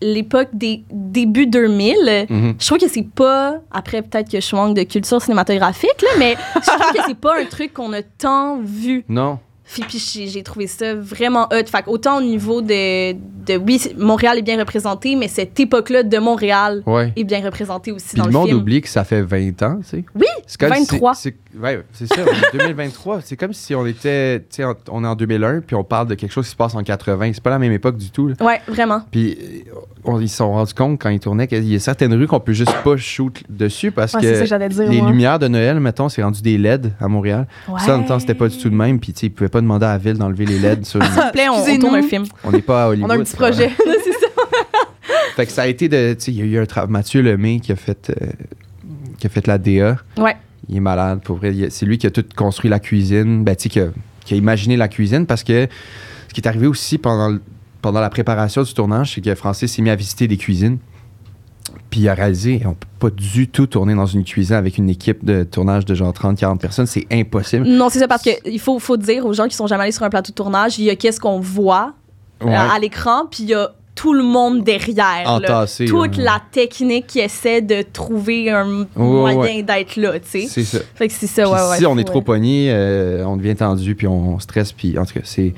l'époque des débuts 2000, Mhm. je trouve que c'est pas, après peut-être que je manque de culture cinématographique, là, mais je trouve que c'est pas un truc qu'on a tant vu. Non. Puis, puis j'ai j'ai trouvé ça vraiment hot. Fait que autant au niveau de, de, oui, Montréal est bien représenté, mais cette époque-là de Montréal Ouais. est bien représentée aussi Puis dans le le, monde film. oublie que ça fait 20 ans, tu sais. Oui, C'est comme 23. si- C'est ouais, c'est ça, on est 2023. C'est comme si on était, tu sais, en- on est en 2001, puis on parle de quelque chose qui se passe en 80. C'est pas la même époque du tout. là. Ouais, vraiment. Puis euh, on- ils se sont rendus compte quand ils tournaient qu'il y a certaines rues qu'on peut juste pas shoot dessus parce Ouais, c'est ça que que j'allais dire, les moi. lumières de Noël, mettons, c'est rendu des LED à Montréal. Ça, en même temps, c'était pas du tout de même. Puis tu sais, ils pouvaient pas demander à la ville d'enlever les LED. Sur... S'il te plaît, on, on tourne Excusez-nous. un film. on n'est pas à Hollywood. On a un petit là. projet. Fait que ça a été de. Tu sais, il y a eu un travail. Mathieu Lemay qui a fait, euh, qui a fait la DA. Ouais. Il est malade, pour vrai. Il- C'est lui qui a tout construit la cuisine, ben, tu sais, qui, a, qui a imaginé la cuisine parce que ce qui est arrivé aussi pendant, le- pendant la préparation du tournage, c'est que Francis s'est mis à visiter des cuisines. Puis il a réalisé, on peut pas du tout tourner dans une cuisine avec une équipe de tournage de genre 30-40 personnes, c'est impossible. Non, c'est ça, parce qu'il faut, faut dire aux gens qui sont jamais allés sur un plateau de tournage, il y a qu'est-ce qu'on voit euh, Ouais. à l'écran, puis il y a tout le monde derrière. là. Entassé, Toute ouais. la technique qui essaie de trouver un ouais, moyen ouais. d'être là, tu sais. C'est ça. Fait que c'est ça, Puis ouais, ouais. si on est faut, trop euh, pogné, euh, on devient tendu, puis on, on stresse, puis en tout cas, c'est.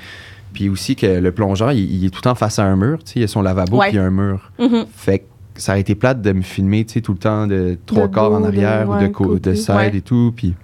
Puis aussi que le plongeur, il, il est tout le temps face à un mur, tu sais, il y a son lavabo, Ouais. puis il y a un mur. mhm. Fait que ça a été plate de me filmer, tu sais, tout le temps de trois quarts dos, en de- arrière ou de, ouais, co- de côté. side Ouais. et tout, puis.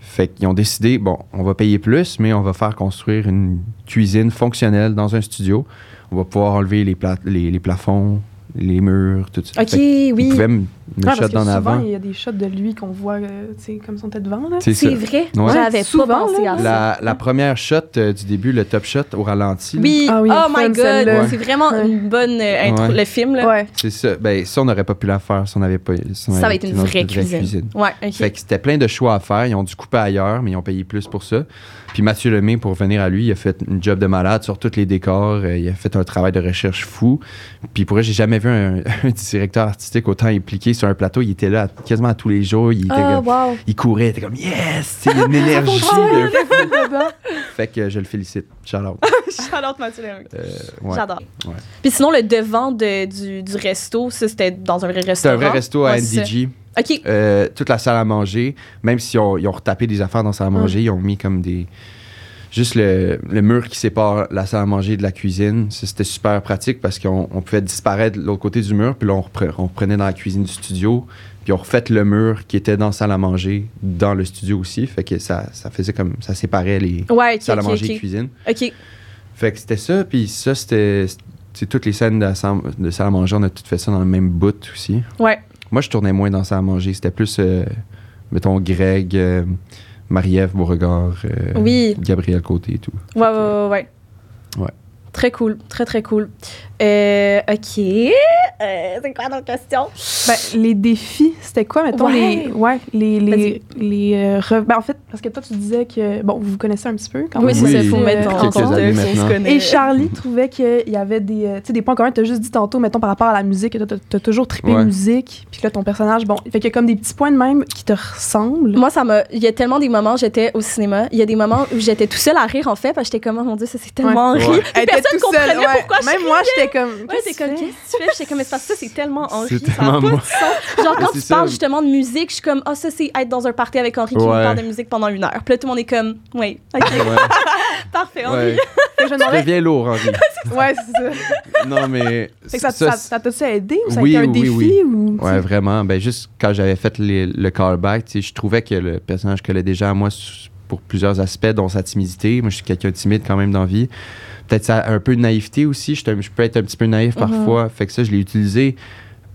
Fait qu'ils ont décidé, bon, on va payer plus, mais on va faire construire une cuisine fonctionnelle dans un studio. On va pouvoir enlever les, pla- les, les plafonds, les murs, tout ça. Ok, Fait Ils oui. pouvaient me, me Ouais, shot parce que d'en souvent, avant. il y a des shots de lui qu'on voit, euh, tu sais, comme son tête devant, là. C'est ça. C'est vrai. Ouais. J'avais pas Souvent, pensé là, à ça. La, la première shot euh, du début, le top shot au ralenti. là, Oui. Ah oui, oh elle est my fun, god. celle-là. C'est vraiment Ouais. une bonne euh, intro, Ouais. le film. Là. Ouais. C'est ça. Ben, ça, on n'aurait pas pu la faire si on avait pas. si on Ça avait va être été une dans vraie, cuisine. Ouais, ok. Fait que c'était plein de choix à faire. Ils ont dû couper ailleurs, mais ils ont payé plus pour ça. Puis Mathieu Lemay, pour venir à lui, il a fait une job de malade sur tous les décors. Euh, Il a fait un travail de recherche fou. Puis pour vrai, j'ai jamais vu un, un directeur artistique autant impliqué sur un plateau. Il était là à- quasiment à tous les jours. Il, était Ah, comme- wow. Ah, il courait, il était comme Yes! C'est une énergie de Ouais, dedans. Fait que je le félicite. Charlotte. Charlotte Mathieu Lemieux. hein. J'adore. Ouais. Puis sinon, le devant de- du, du resto, ça, c'était dans un vrai C'est restaurant. un vrai resto à Ouais, c'est NDG. ça. OK. Euh, toute la salle à manger, même si on, ils ont retapé des affaires dans la salle à Hum. manger, ils ont mis comme des. Juste le, le mur qui sépare la salle à manger de la cuisine. Ça, C'était super pratique parce qu'on on pouvait disparaître de l'autre côté du mur, puis là, on, repre- on reprenait dans la cuisine du studio, puis on refait le mur qui était dans la salle à manger, dans le studio aussi. Fait que ça, ça faisait comme. Ça séparait les Ouais, OK, salles à OK, manger et OK. cuisine. OK. Fait que c'était ça, puis ça, c'était. c'est Toutes les scènes de, la salle- de salle à manger, on a toutes fait ça dans le même bout aussi. Ouais. Moi, je tournais moins dans ça à manger. C'était plus, euh, mettons, Greg, euh, Marie-Ève Beauregard, euh, Oui. Gabriel Côté et tout. Ouais, ouais, ouais, ouais. Ouais. Très cool. Très, très cool. Euh, OK. Euh, c'est quoi notre question? Ben, les défis, c'était quoi, mettons, Ouais. les. Ouais, les. Vas-y. les, les euh, re- ben, en fait, parce que toi, tu disais que. Bon, vous vous connaissez un petit peu quand même. Oui, c'est ça. Oui, faut mettre quelques en années contexte. On se maintenant. connaît. Et Charlie trouvait qu'il y avait des, euh, tu sais, des points communs. Tu as juste dit tantôt, mettons, par rapport à la musique, que tu as toujours trippé Ouais. musique. Puis là, ton personnage, bon, fait qu'il y a comme des petits points de même qui te ressemblent. Moi, ça m'a. Il y a tellement des moments, j'étais au cinéma. Il y a des moments où j'étais tout seule à rire, en fait, parce que j'étais comme, oh mon Dieu, ça c'est tellement Ouais. Henri. Ouais. Elle était Personne tout seule, comprenait ouais. pourquoi je Même moi, j'étais comme. Ouais, c'est comme, qu'est-ce que tu fais? J'étais comme, mais c'est parce que ça, c'est tellement Henri. C'est ça a tellement pas de moi. sens. Genre, quand C'est tu ça. parles justement de musique, je suis comme, ah, ça, c'est être dans un party avec Henri qui nous Ouais. parle de musique pendant une heure. Puis là, tout le monde est comme, oui, Ouais, OK, parfait, Henri. ouais. Je me Tu demandais- deviens lourd, Henri. Ouais, c'est ça. Non, mais. Fait que ça, ça, ça, ça t'a-tu aidé ou ça a Oui, été un oui, défi oui. ou. Ouais, vraiment. Ben, juste quand j'avais fait les- le callback, tu sais, je trouvais que le personnage collait déjà à moi s- pour plusieurs aspects, dont sa timidité. Moi, je suis quelqu'un de timide quand même dans la vie. Peut-être ça, un peu de naïveté aussi. Je, suis un- je peux être un petit peu naïf parfois. Fait que ça, je l'ai utilisé.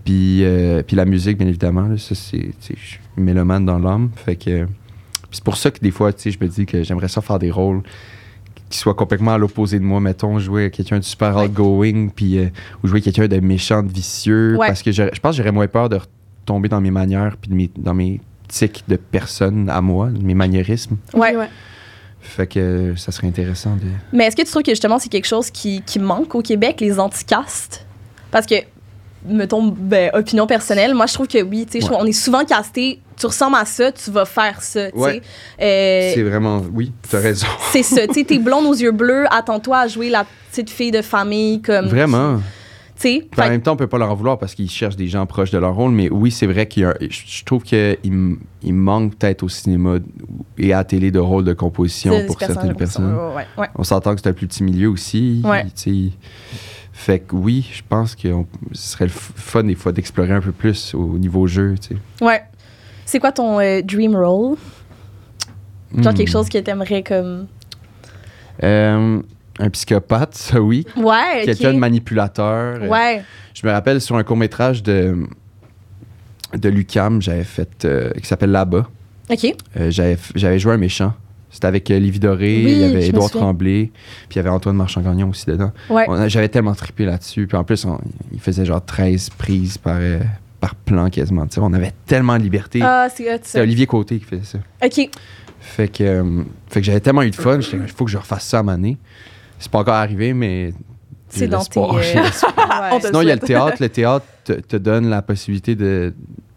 Puis, euh, puis la musique, bien évidemment. là, ça, c'est, tu sais, je suis mélomane dans l'âme. Fait que euh, puis c'est pour ça que des fois, tu sais, je me dis que j'aimerais ça faire des rôles qui soient complètement à l'opposé de moi. Mettons, jouer quelqu'un de super outgoing, puis euh, ou jouer quelqu'un de méchant, de vicieux. Ouais. Parce que j'aurais- je pense que j'aurais moins peur de retomber dans mes manières, puis de mes- dans mes tics de personne à moi, mes maniérismes. Ok, Ouais. Fait que euh, ça serait intéressant de. Mais est-ce que tu trouves que justement c'est quelque chose qui, qui manque au Québec, les anticastes? Parce que, mettons, ben, opinion personnelle, moi je trouve que oui, tu sais, je Ouais. trouve- on est souvent casté, tu ressembles à ça, tu vas faire ça, tu sais. Ouais. Euh, c'est vraiment. Oui, t'as raison. c'est ça, tu sais, t'es blonde aux yeux bleus, attends-toi à jouer la petite fille de famille comme... Vraiment. Tu sais, Puis en fait- même temps, on peut pas leur en vouloir parce qu'ils cherchent des gens proches de leur rôle, mais oui, c'est vrai qu'il y a un- je je trouve qu'il m- il manque peut-être au cinéma et à la télé de rôles de composition c'est- pour c'est certaines personnes. Ouais, ouais, ouais. On s'entend que c'est un plus petit milieu aussi. Ouais. tu sais. Fait que oui, je pense que on- ce serait le f- fun des fois d'explorer un peu plus au niveau jeu. tu sais. Ouais. C'est quoi ton euh, dream role? Genre Hmm. quelque chose que t'aimerais comme... Euh, un psychopathe, ça oui. Ouais, ok. Quelqu'un de manipulateur. euh, Ouais, Je me rappelle sur un court métrage de de Lucam, j'avais fait euh, qui s'appelle Là-bas. ok. Euh, j'avais f- j'avais joué un méchant. C'était avec euh, Livy Doré, Oui, il y je me avait Édouard souviens. Tremblay, puis il y avait Antoine Marchand-Gagnon aussi dedans. Ouais. On a- J'avais tellement trippé là-dessus. Puis en plus, on- il faisait genre 13 prises par, euh, par plan quasiment. tu sais. on avait tellement de liberté. Ah, c'est hot, ça. C'est Olivier Côté qui faisait ça. Ok. Fait que, euh, fait que j'avais tellement eu de fun. Il faut que je refasse ça à Mané. C'est pas encore arrivé, mais. j'ai C'est dans tes. l'espoir, j'ai euh, l'espoir. ouais. On te- Sinon, il y a le souhaite. théâtre. Le théâtre te, te donne la possibilité de,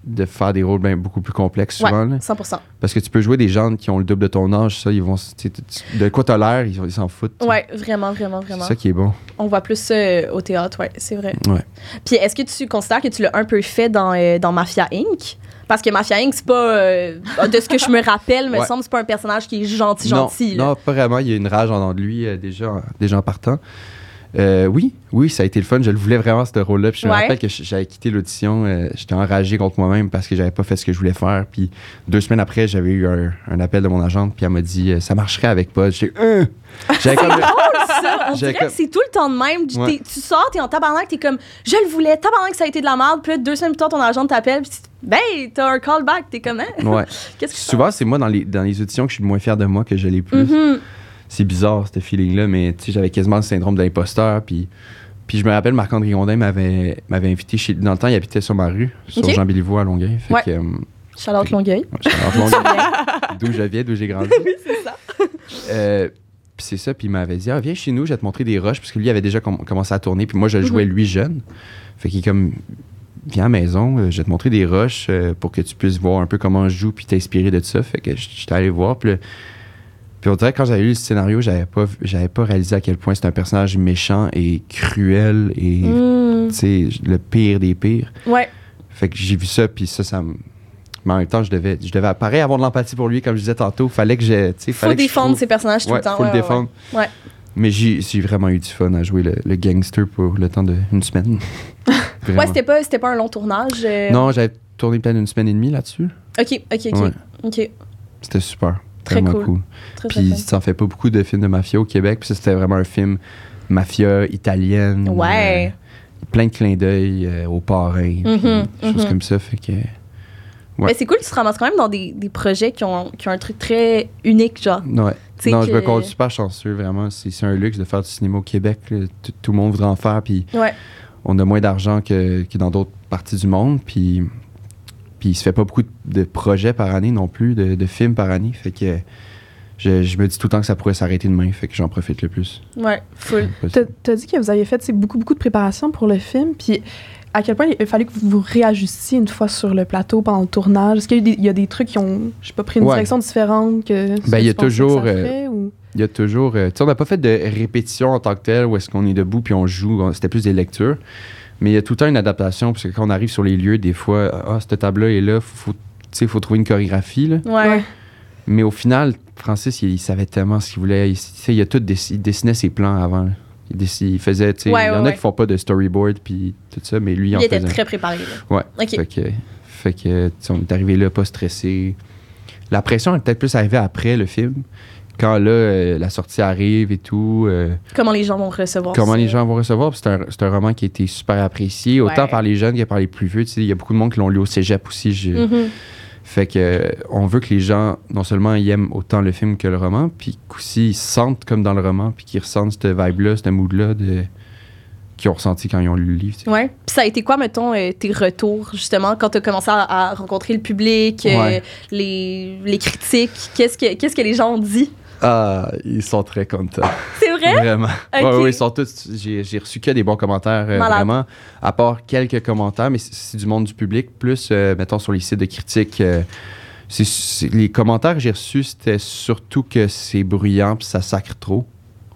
de faire des rôles ben, beaucoup plus complexes Ouais. souvent. là. 100%. Parce que tu peux jouer des gens qui ont le double de ton âge, ça, ils vont. s- tu sais, tu- De quoi t'as l'air, ils ils s'en foutent. tu sais. Ouais, vraiment, vraiment, C'est vraiment. ça qui est bon. On voit plus ça euh, au théâtre, ouais, c'est vrai. Ouais. Puis est-ce que tu considères que tu l'as un peu fait dans, euh, dans Mafia Inc? Parce que Mafia Inc, c'est pas. euh, de ce que je me rappelle, me Ouais. semble, c'est pas un personnage qui est gentil, non, gentil. là. non, pas vraiment. Il y a une rage en dedans de lui, euh, déjà, en- déjà en partant. Euh, oui, oui, ça a été le fun. Je le voulais vraiment, ce rôle-là. Puis je me Ouais. rappelle que j- j'avais quitté l'audition. euh, J'étais enragé contre moi-même parce que j'avais pas fait ce que je voulais faire. Puis deux semaines après, j'avais eu un, un appel de mon agente. Puis elle m'a dit euh, Ça marcherait avec Paul. J'étais. Euh! J'avais comme. Ça, on J'ai dirait comme- que c'est tout le temps de même. Tu- Ouais. t'es- Tu sors, t'es en tabarnak, t'es comme, je le voulais, tabarnak, ça a été de la merde. Puis là, deux semaines plus tard, ton agent t'appelle, puis tu- ben, t'as un callback, t'es comme, hein? Ouais. Qu'est-ce que Souvent, c'est moi dans les, dans les auditions que je suis le moins fier de moi que je l'ai plus. Mhm. c'est bizarre ce feeling là mais tu sais j'avais quasiment le syndrome de l'imposteur puis puis je me rappelle Marc-André Gondin m'avait m'avait invité chez dans le temps il habitait sur ma rue sur Ok. Jean Béliveau à Longueuil fait Ouais. que, euh, Charlotte Longueuil. je suis rentré à Longueuil, d'où je viens d'où j'ai grandi Oui, c'est ça. Euh, puis c'est ça puis il m'avait dit ah, viens chez nous je vais te montrer des rushs parce que lui avait déjà com- commencé à tourner puis moi je le Mhm. jouais lui jeune fait qu'il est comme viens à la maison euh, je vais te montrer des rushs euh, pour que tu puisses voir un peu comment je joue puis t'inspirer de ça fait que j- j'étais allé voir puis là, puis Puis on dirait que quand j'avais lu le scénario, j'avais pas, j'avais pas réalisé à quel point c'est un personnage méchant et cruel et Mm. tu sais, le pire des pires. Ouais. Fait que j'ai vu ça, puis ça, ça me. Mais en même temps, je devais, je devais pareil, avoir de l'empathie pour lui, comme je disais tantôt. Fallait que j'ai. tu sais, Faut fallait que je défendre trouve- ses personnages tout Ouais, le temps. euh, faut Ouais, le ouais, défendre. ouais. Ouais. Mais j'ai, j'ai vraiment eu du fun à jouer le, le gangster pour le temps d'une semaine. Ouais, Vraiment. c'était pas, c'était pas un long tournage. euh, Non, j'avais tourné peut-être une semaine et demie là-dessus. Ok, ok, ok. Ouais. Ok, C'était super. Très vraiment cool. cool. très, très Puis fun. ça en fait pas beaucoup de films de mafia au Québec. Puis ça, c'était vraiment un film mafia italienne. Ouais. euh, plein de clins d'œil euh, aux parrains. puis Mhm, des choses mhm. comme ça. Fait que. ouais. Mais c'est cool, tu te ramasses quand même dans des, des projets qui ont, qui ont un truc très unique, genre. Non, ouais. Tu sais non que- je me compte super chanceux, vraiment. C'est c'est un luxe de faire du cinéma au Québec. là. Tout, tout le monde voudrait en faire, puis Ouais. on a moins d'argent que, que dans d'autres parties du monde, puis, puis il se fait pas beaucoup de, de projets par année non plus, de, de films par année. Fait que je, je me dis tout le temps que ça pourrait s'arrêter demain, fait que j'en profite le plus. Ouais, full. T'as t'as dit que vous aviez fait tu sais, beaucoup, beaucoup de préparation pour le film, puis à quel point il a fallu que vous vous réajustiez une fois sur le plateau pendant le tournage? Est-ce qu'il y, a eu des- il y a des trucs qui ont, je sais pas, pris une Ouais. direction différente que ce Ben, que il y tu pensais que a ça toujours, ferait, ou- Il y a toujours. euh, tu sais, on n'a pas fait de répétition en tant que telle où est-ce qu'on est debout puis on joue. on- C'était plus des lectures. Mais il y a tout le temps une adaptation parce que quand on arrive sur les lieux, des fois, ah, cette table-là est là, faut, faut, tu sais, faut trouver une chorégraphie. Là. Ouais. Ouais. Mais au final, Francis, il, il savait tellement ce qu'il voulait. Il, tu sais, il a tout dess- il dessinait ses plans avant. là. Il, dess- il faisait. tu sais, Ouais, il y ouais, en a ouais. qui font pas de storyboard puis tout ça, mais lui, il en Il était faisait. très préparé, là. Ouais. Ok. Fait que, fait que, tu sais, on est arrivé là, pas stressé. La pression est peut-être plus arrivée après le film, quand là, euh, la sortie arrive et tout. euh, Comment les gens vont recevoir comment ça. les gens vont recevoir. Puis C'est un, c'est un roman qui a été super apprécié, autant Ouais. par les jeunes que par les plus vieux. Tu sais, Il y a beaucoup de monde qui l'ont lu au cégep aussi. j'ai- Mhm. Fait que euh, on veut que les gens, non seulement ils aiment autant le film que le roman, puis qu'aussi ils sentent comme dans le roman, puis qu'ils ressentent cette vibe-là, ce mood-là de... qu'ils ont ressenti quand ils ont lu le livre. tu sais. Ouais. Puis ça a été quoi, mettons, euh, tes retours, justement, quand tu as commencé à, à rencontrer le public, euh, Ouais. les, les critiques? Qu'est-ce que, qu'est-ce que les gens ont dit? Ah, ils sont très contents. C'est vrai? Vraiment. Hein? Ok. Ouais, ouais, ils sont tous. J'ai j'ai reçu que des bons commentaires, euh, Malade. vraiment. À part quelques commentaires, mais c'est- c'est du monde du public, plus, euh, mettons, sur les sites de critiques. euh, c'est- c'est- les commentaires que j'ai reçus, c'était surtout que c'est bruyant puis ça sacre trop.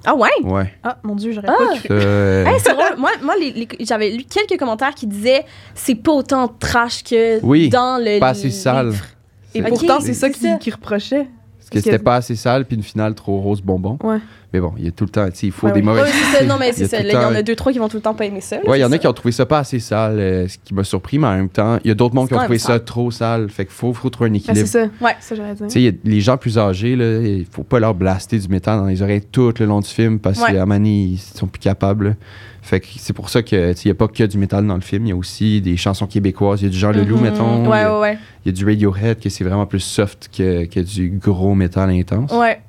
Ah ouais? Ouais. Ah, mon Dieu, j'aurais Ah. pas cru. Ça, euh, Hey, c'est drôle. moi, moi les- les- j'avais lu quelques commentaires qui disaient c'est pas autant trash que Oui, dans le. pas assez sale. livre. Et Ok, pourtant, c'est ça c'est qui, ça. qui reprochait. Parce que Parce que- c'était pas assez sale, puis une finale trop rose bonbon. Ouais. Mais bon, il y a tout le temps, tu sais, il faut Ouais, des ouais. Ouais, mauvaises. c'est ça. Non, mais Il y c'est a ça. Là, tout le Il y en temps- a deux, trois qui vont tout le temps pas aimer ça. là, Ouais, il y c'est en a ça. qui ont trouvé ça pas assez sale, euh, ce qui m'a surpris, mais en même temps, il y a d'autres mondes qui C'est ont quand trouvé même ça trop sale. Fait qu'il faut, faut trouver un Ben, c'est équilibre. ça. Ouais. Ça, j'aurais dit. Tu sais, il y a- les gens plus âgés, là, il faut pas leur blaster du métal dans les oreilles tout le long du film parce Ouais. que à un moment donné, ils sont plus capables. là. Fait que c'est pour ça que tu sais, il y a pas que du métal dans le film, il y a aussi des chansons québécoises, il y a du Jean Leloup, Mhm. mettons, il y Ouais, a- ouais, ouais. il y, a du Radiohead que c'est vraiment plus soft que, que du gros métal intense. Ouais.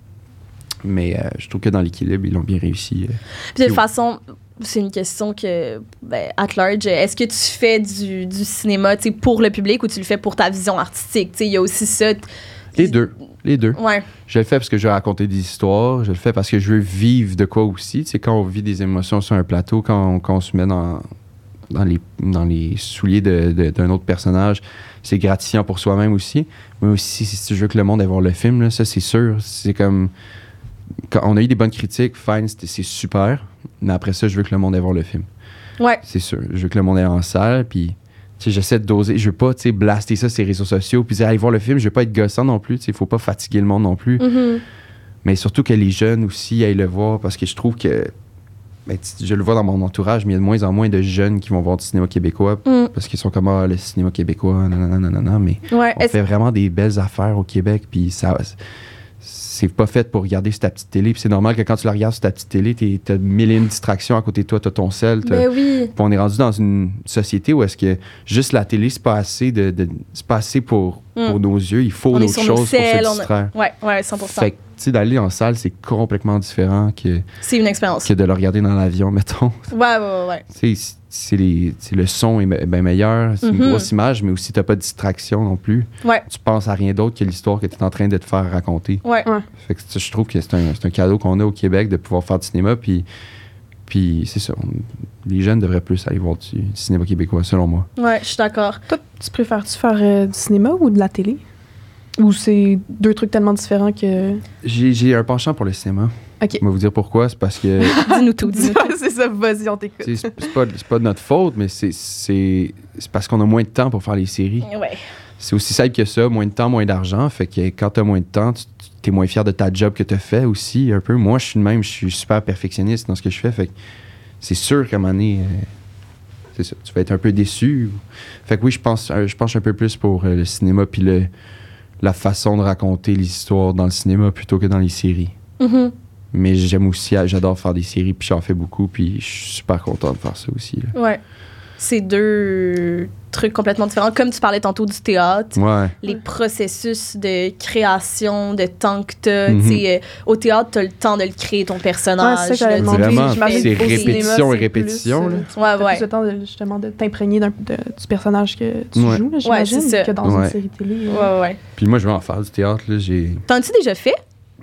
Mais euh, je trouve que dans l'équilibre, ils l'ont bien réussi. euh. Puis de toute Puis- façon, c'est une question que, ben, at large, est-ce que tu fais du, du cinéma tu sais, pour le public ou tu le fais pour ta vision artistique? Tu sais, Il y a aussi ça. t- Les deux. Les deux. Ouais, Je le fais parce que je veux raconter des histoires. Je le fais parce que je veux vivre de quoi aussi. Tu sais, quand on vit des émotions sur un plateau, quand on, quand on se met dans, dans, les, dans les souliers de- de- d'un autre personnage, c'est gratifiant pour soi-même aussi. Mais aussi, si tu veux que le monde aille voir le film, là, ça, c'est sûr. C'est comme. Quand on a eu des bonnes critiques, fine, c'était- c'est super. Mais après ça, je veux que le monde aille voir le film. ouais. C'est sûr. Je veux que le monde aille en salle, puis tu sais, j'essaie de doser. Je veux pas, tu sais, blaster ça sur les réseaux sociaux, puis dire, allez voir le film. Je veux pas être gossant non plus. Tu sais, faut pas fatiguer le monde non plus. Mhm. Mais surtout que les jeunes aussi aillent le voir, parce que je trouve que, ben, tu- je le vois dans mon entourage, mais il y a de moins en moins de jeunes qui vont voir du cinéma québécois, Mm. parce qu'ils sont comme, ah, le cinéma québécois, nanana, nanana, mais Ouais. on Est-ce- fait vraiment des belles affaires au Québec, puis ça... C'est pas fait pour regarder sur ta petite télé. Puis c'est normal que quand tu la regardes sur ta petite télé, t'es- t'as mille et une distractions à côté de toi, t'as ton sel, t'as- Ben oui. puis on est rendu dans une société où est-ce que juste la télé, c'est pas assez, de, de- c'est pas assez pour, Mm. pour nos yeux. Il faut On est d'autres sur choses nos pour selles, se on a- distraire. Ouais, ouais, 100 Fait que, tu sais, d'aller en salle, c'est complètement différent que, C'est une expérience. que de le regarder dans l'avion, mettons. Ouais, ouais, ouais. Tu sais, c'est les- tu sais, le son est me- ben meilleur, c'est une Mhm. grosse image, mais aussi t'as pas de distraction non plus. Ouais. Tu penses à rien d'autre que l'histoire que tu es en train de te faire raconter. Ouais. Ouais. Fait que ça, je trouve que c'est un, c'est un cadeau qu'on a au Québec de pouvoir faire du cinéma. Puis, puis c'est ça. on- les jeunes devraient plus aller voir du, du cinéma québécois, selon moi. Ouais, je suis d'accord. Toi, tu préfères-tu faire euh, du cinéma ou de la télé? Ou c'est deux trucs tellement différents que. J'ai j'ai un penchant pour le cinéma. Ok. Je vais vous dire pourquoi. C'est parce que Dis-nous tout, dis-nous tout. c'est ça, vas-y, on t'écoute. tu sais, c'est c'est pas, c'est pas de notre faute, mais c'est- c'est c'est parce qu'on a moins de temps pour faire les séries. Ouais. C'est aussi simple que ça, moins de temps, moins d'argent. Fait que quand t'as moins de temps, tu es moins fier de ta job que t'as fait aussi, un peu. Moi, je suis le même, je suis super perfectionniste dans ce que je fais. Fait que c'est sûr qu'à un moment donné, euh, c'est ça, tu vas être un peu déçu. Fait que oui, je pense, euh, je pense un peu plus pour euh, le cinéma puis le, la façon de raconter les histoires dans le cinéma plutôt que dans les séries. Mhm. Mais j'aime aussi, euh, j'adore faire des séries, puis j'en fais beaucoup, puis je suis super content de faire ça aussi. là. Ouais. C'est deux trucs complètement différents. Comme tu parlais tantôt du théâtre, Ouais. les Ouais. processus de création, de temps que t'as. Mhm. tu sais, euh, au théâtre, t'as le temps de le créer, ton personnage. Ouais, c'est ça que j'allais là, tu- demander. Vraiment, j'imagine c'est qu'au cinéma, répétition c'est et répétition. plus, euh, là. Ouais, T'as ouais. plus le temps, de, justement, de t'imprégner d'un- de- du personnage que tu Ouais. joues, là, j'imagine, c'est ça. que dans Ouais. une série télé. Ouais, euh. ouais, ouais. Puis moi, je veux en faire du théâtre. Là, j'ai... T'en as-tu déjà fait?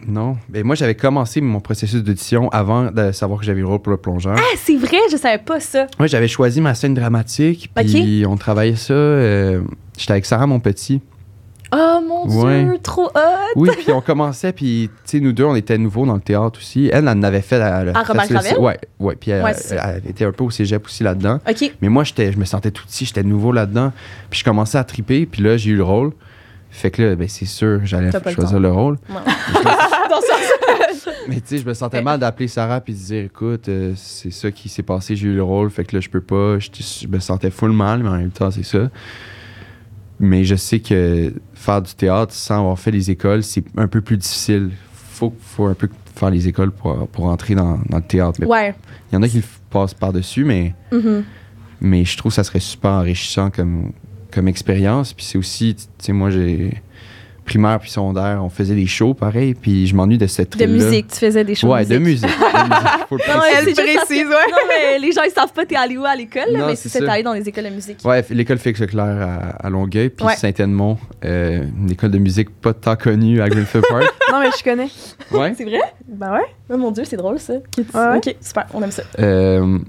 Non. Ben, moi, j'avais commencé mon processus d'audition avant de savoir que j'avais le rôle pour le plongeur. Ah, c'est vrai, je savais pas ça. Moi, j'avais choisi ma scène dramatique, puis on travaillait ça. euh, j'étais avec Sarah, mon petit. Oh mon Ouais. dieu, trop hot! Oui, puis on commençait, puis tu sais, nous deux, on était nouveaux dans le théâtre aussi. Elle, elle en avait fait à, À Ah, Robert Gravel? Ouais, ouais. Puis elle, Ouais, c'est ça. elle était un peu au cégep aussi là-dedans. OK. Mais moi, j'étais, je me sentais tout petit, j'étais nouveau là-dedans. Puis je commençais à triper, puis là, j'ai eu le rôle. Fait que là, ben, c'est sûr, j'allais T'as pas le choisir temps. le rôle. Non. Dans ça. Mais tu sais, je me sentais mal d'appeler Sarah puis de dire écoute, euh, c'est ça qui s'est passé, j'ai eu le rôle, fait que là, je peux pas. Je, je me sentais full mal, mais en même temps, c'est ça. Mais je sais que faire du théâtre sans avoir fait les écoles, c'est un peu plus difficile. Faut, faut un peu faire les écoles pour, pour entrer dans, dans le théâtre. Mais Il Ouais. y en a qui le f- passent par-dessus, mais, Mhm. mais je trouve que ça serait super enrichissant comme, comme expérience. Puis c'est aussi, tu sais, moi, j'ai. Primaire puis secondaire, on faisait des shows pareil, puis je m'ennuie de cette De là musique, Ah tu faisais des choses. Ouais, de musique. De musique, faut le Non, préciser. elle précise, ouais. Non, mais les gens, ils savent pas, t'es allé où à l'école, là, Non, mais c'est c'est ça, t'es ça. allé dans les écoles de musique. Ouais, f- l'école Félix Leclerc à, à Longueuil, puis Ouais. Saint-Edmond, euh, une école de musique pas tant connue à Greenfield Park. Non, mais je connais. Ouais. C'est vrai? Ben ouais. Oh mon dieu, c'est drôle, ça. Ouais, ouais. Ok, super, on aime ça. Euh,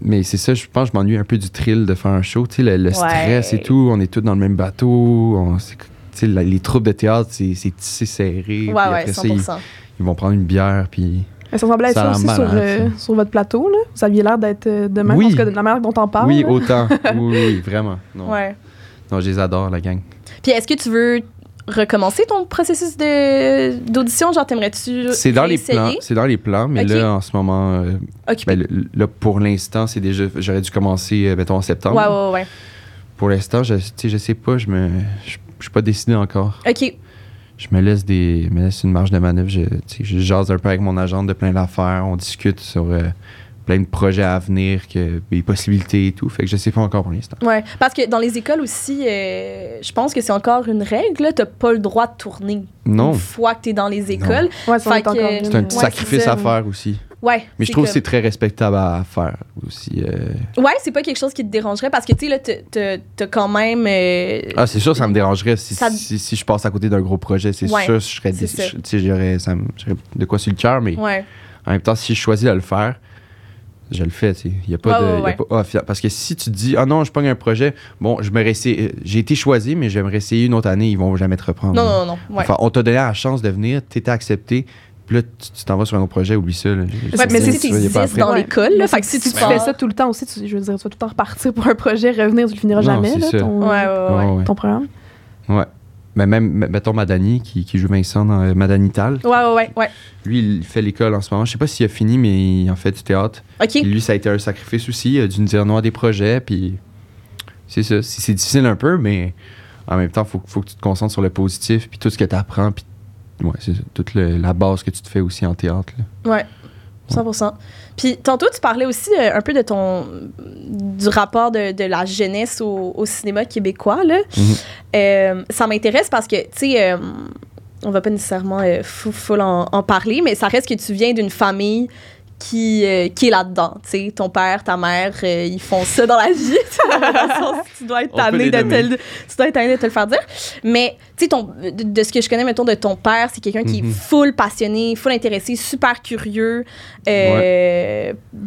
mais c'est ça, je pense, que je m'ennuie un peu du thrill de faire un show, tu sais, le, le Ouais. stress et tout. On est tous dans le même bateau. On, c'est- tu sais, la- les troupes de théâtre, c'est c'est tissé serré. puis Ouais, après ouais, ça, ils, 100%. ils vont prendre une bière, puis. Mais ça ressemblait à Ça a ça, l'air aussi malade, sur, euh, sur votre plateau. Là. Vous aviez l'air d'être euh, de même, Oui. en tout cas, de la manière dont on parle. oui, là. autant. oui, oui, vraiment. Non. Ouais. non, je les adore, la gang. Puis est-ce que tu veux recommencer ton processus de- d'audition? Genre, t'aimerais-tu C'est dans les plans. réessayer? C'est dans les plans, mais Ok. là, en ce moment, euh, Occupé. Ben, le- là, pour l'instant, c'est déjà. J'aurais dû commencer, euh, mettons, en septembre. ouais, ouais, ouais. Pour l'instant, je, tu sais, je sais pas, je me. Je, je suis pas décidé encore. OK. Je me laisse des. je me laisse une marge de manœuvre. Je, tu sais, je jase un peu avec mon agent de plein d'affaires. On discute sur euh, plein de projets à venir, que, les possibilités et tout. Fait que je sais pas encore pour l'instant. Ouais, parce que dans les écoles aussi, euh, je pense que c'est encore une règle, là, t'as pas le droit de tourner Non. une fois que t'es dans les écoles. Ouais, ça, on Fait est encore que- jeune, C'est un petit ouais. sac. sacrifice ça. à faire aussi. Ouais. Mais je trouve que comme- c'est très respectable à faire aussi. euh. Ouais, c'est pas quelque chose qui te dérangerait parce que, tu sais, là, t'as- t'as t'as quand même. euh, Ah, c'est sûr, ça me dérangerait si, Ça- si, si je passe à côté d'un gros projet. C'est Ouais, sûr, je serais. c'est dé- ça. je- Tu sais, j'aurais ça me- j'aurais de quoi sur le cœur, mais. Ouais. En même temps, si je choisis de le faire, je le fais. Il n'y a Ouais, pas de. ouais, y a ouais. pas- ah, finalement, parce que si tu te dis, ah non, je pogne un projet, bon, je me réessaye- euh, j'ai été choisi, mais je vais me réessayer une autre année, ils vont jamais te reprendre. Non, non, non. non, Ouais. Enfin, on t'a donné la chance de venir, tu étais accepté, puis là, tu tu t'en vas sur un autre projet, oublie ça. là. Ouais, mais Tu c'est sais, si tu vois, y a pas t'existes après. dans Ouais. l'école, là, Mais fait que si tu si tu pars- fais ça tout le temps aussi, tu- je veux dire, tu vas tout le temps repartir pour un projet, revenir, tu le finiras Non, jamais, c'est là, ça. ton, Ouais, ouais, ouais. Ouais, ouais. ton programme. Ouais. Mais même, m- mettons, Madani, qui, qui joue Vincent dans euh, Madani Tal, Ouais, ouais, ouais. ouais. lui, il fait l'école en ce moment. Je sais pas s'il a fini, mais il en fait du théâtre. OK. Puis lui, ça a été un sacrifice aussi. Il a dû nous dire non à des projets. Puis c'est ça. C'est c'est difficile un peu, mais en même temps, il faut, faut que tu te concentres sur le positif. Puis tout ce que tu apprends. Puis ouais, c'est ça, toute le- la base que tu te fais aussi en théâtre. là. 100%. Puis tantôt, tu parlais aussi euh, un peu de ton du rapport de, de la jeunesse au, au cinéma québécois. Là. Mhm. Euh, ça m'intéresse parce que, tu sais, euh, on va pas nécessairement euh, fou- full en, en parler, mais ça reste que tu viens d'une famille qui, euh, qui est là-dedans. Tu sais, ton père, ta mère, euh, ils font ça dans la vie. tu vois, dans le sens que tu dois être On peut tanné les de, te nommer. le- tu dois être tanné de te le faire dire. Mais, tu sais, ton- de, de ce que je connais, mettons, de ton père, c'est quelqu'un qui est Mhm. full passionné, full intéressé, super curieux euh,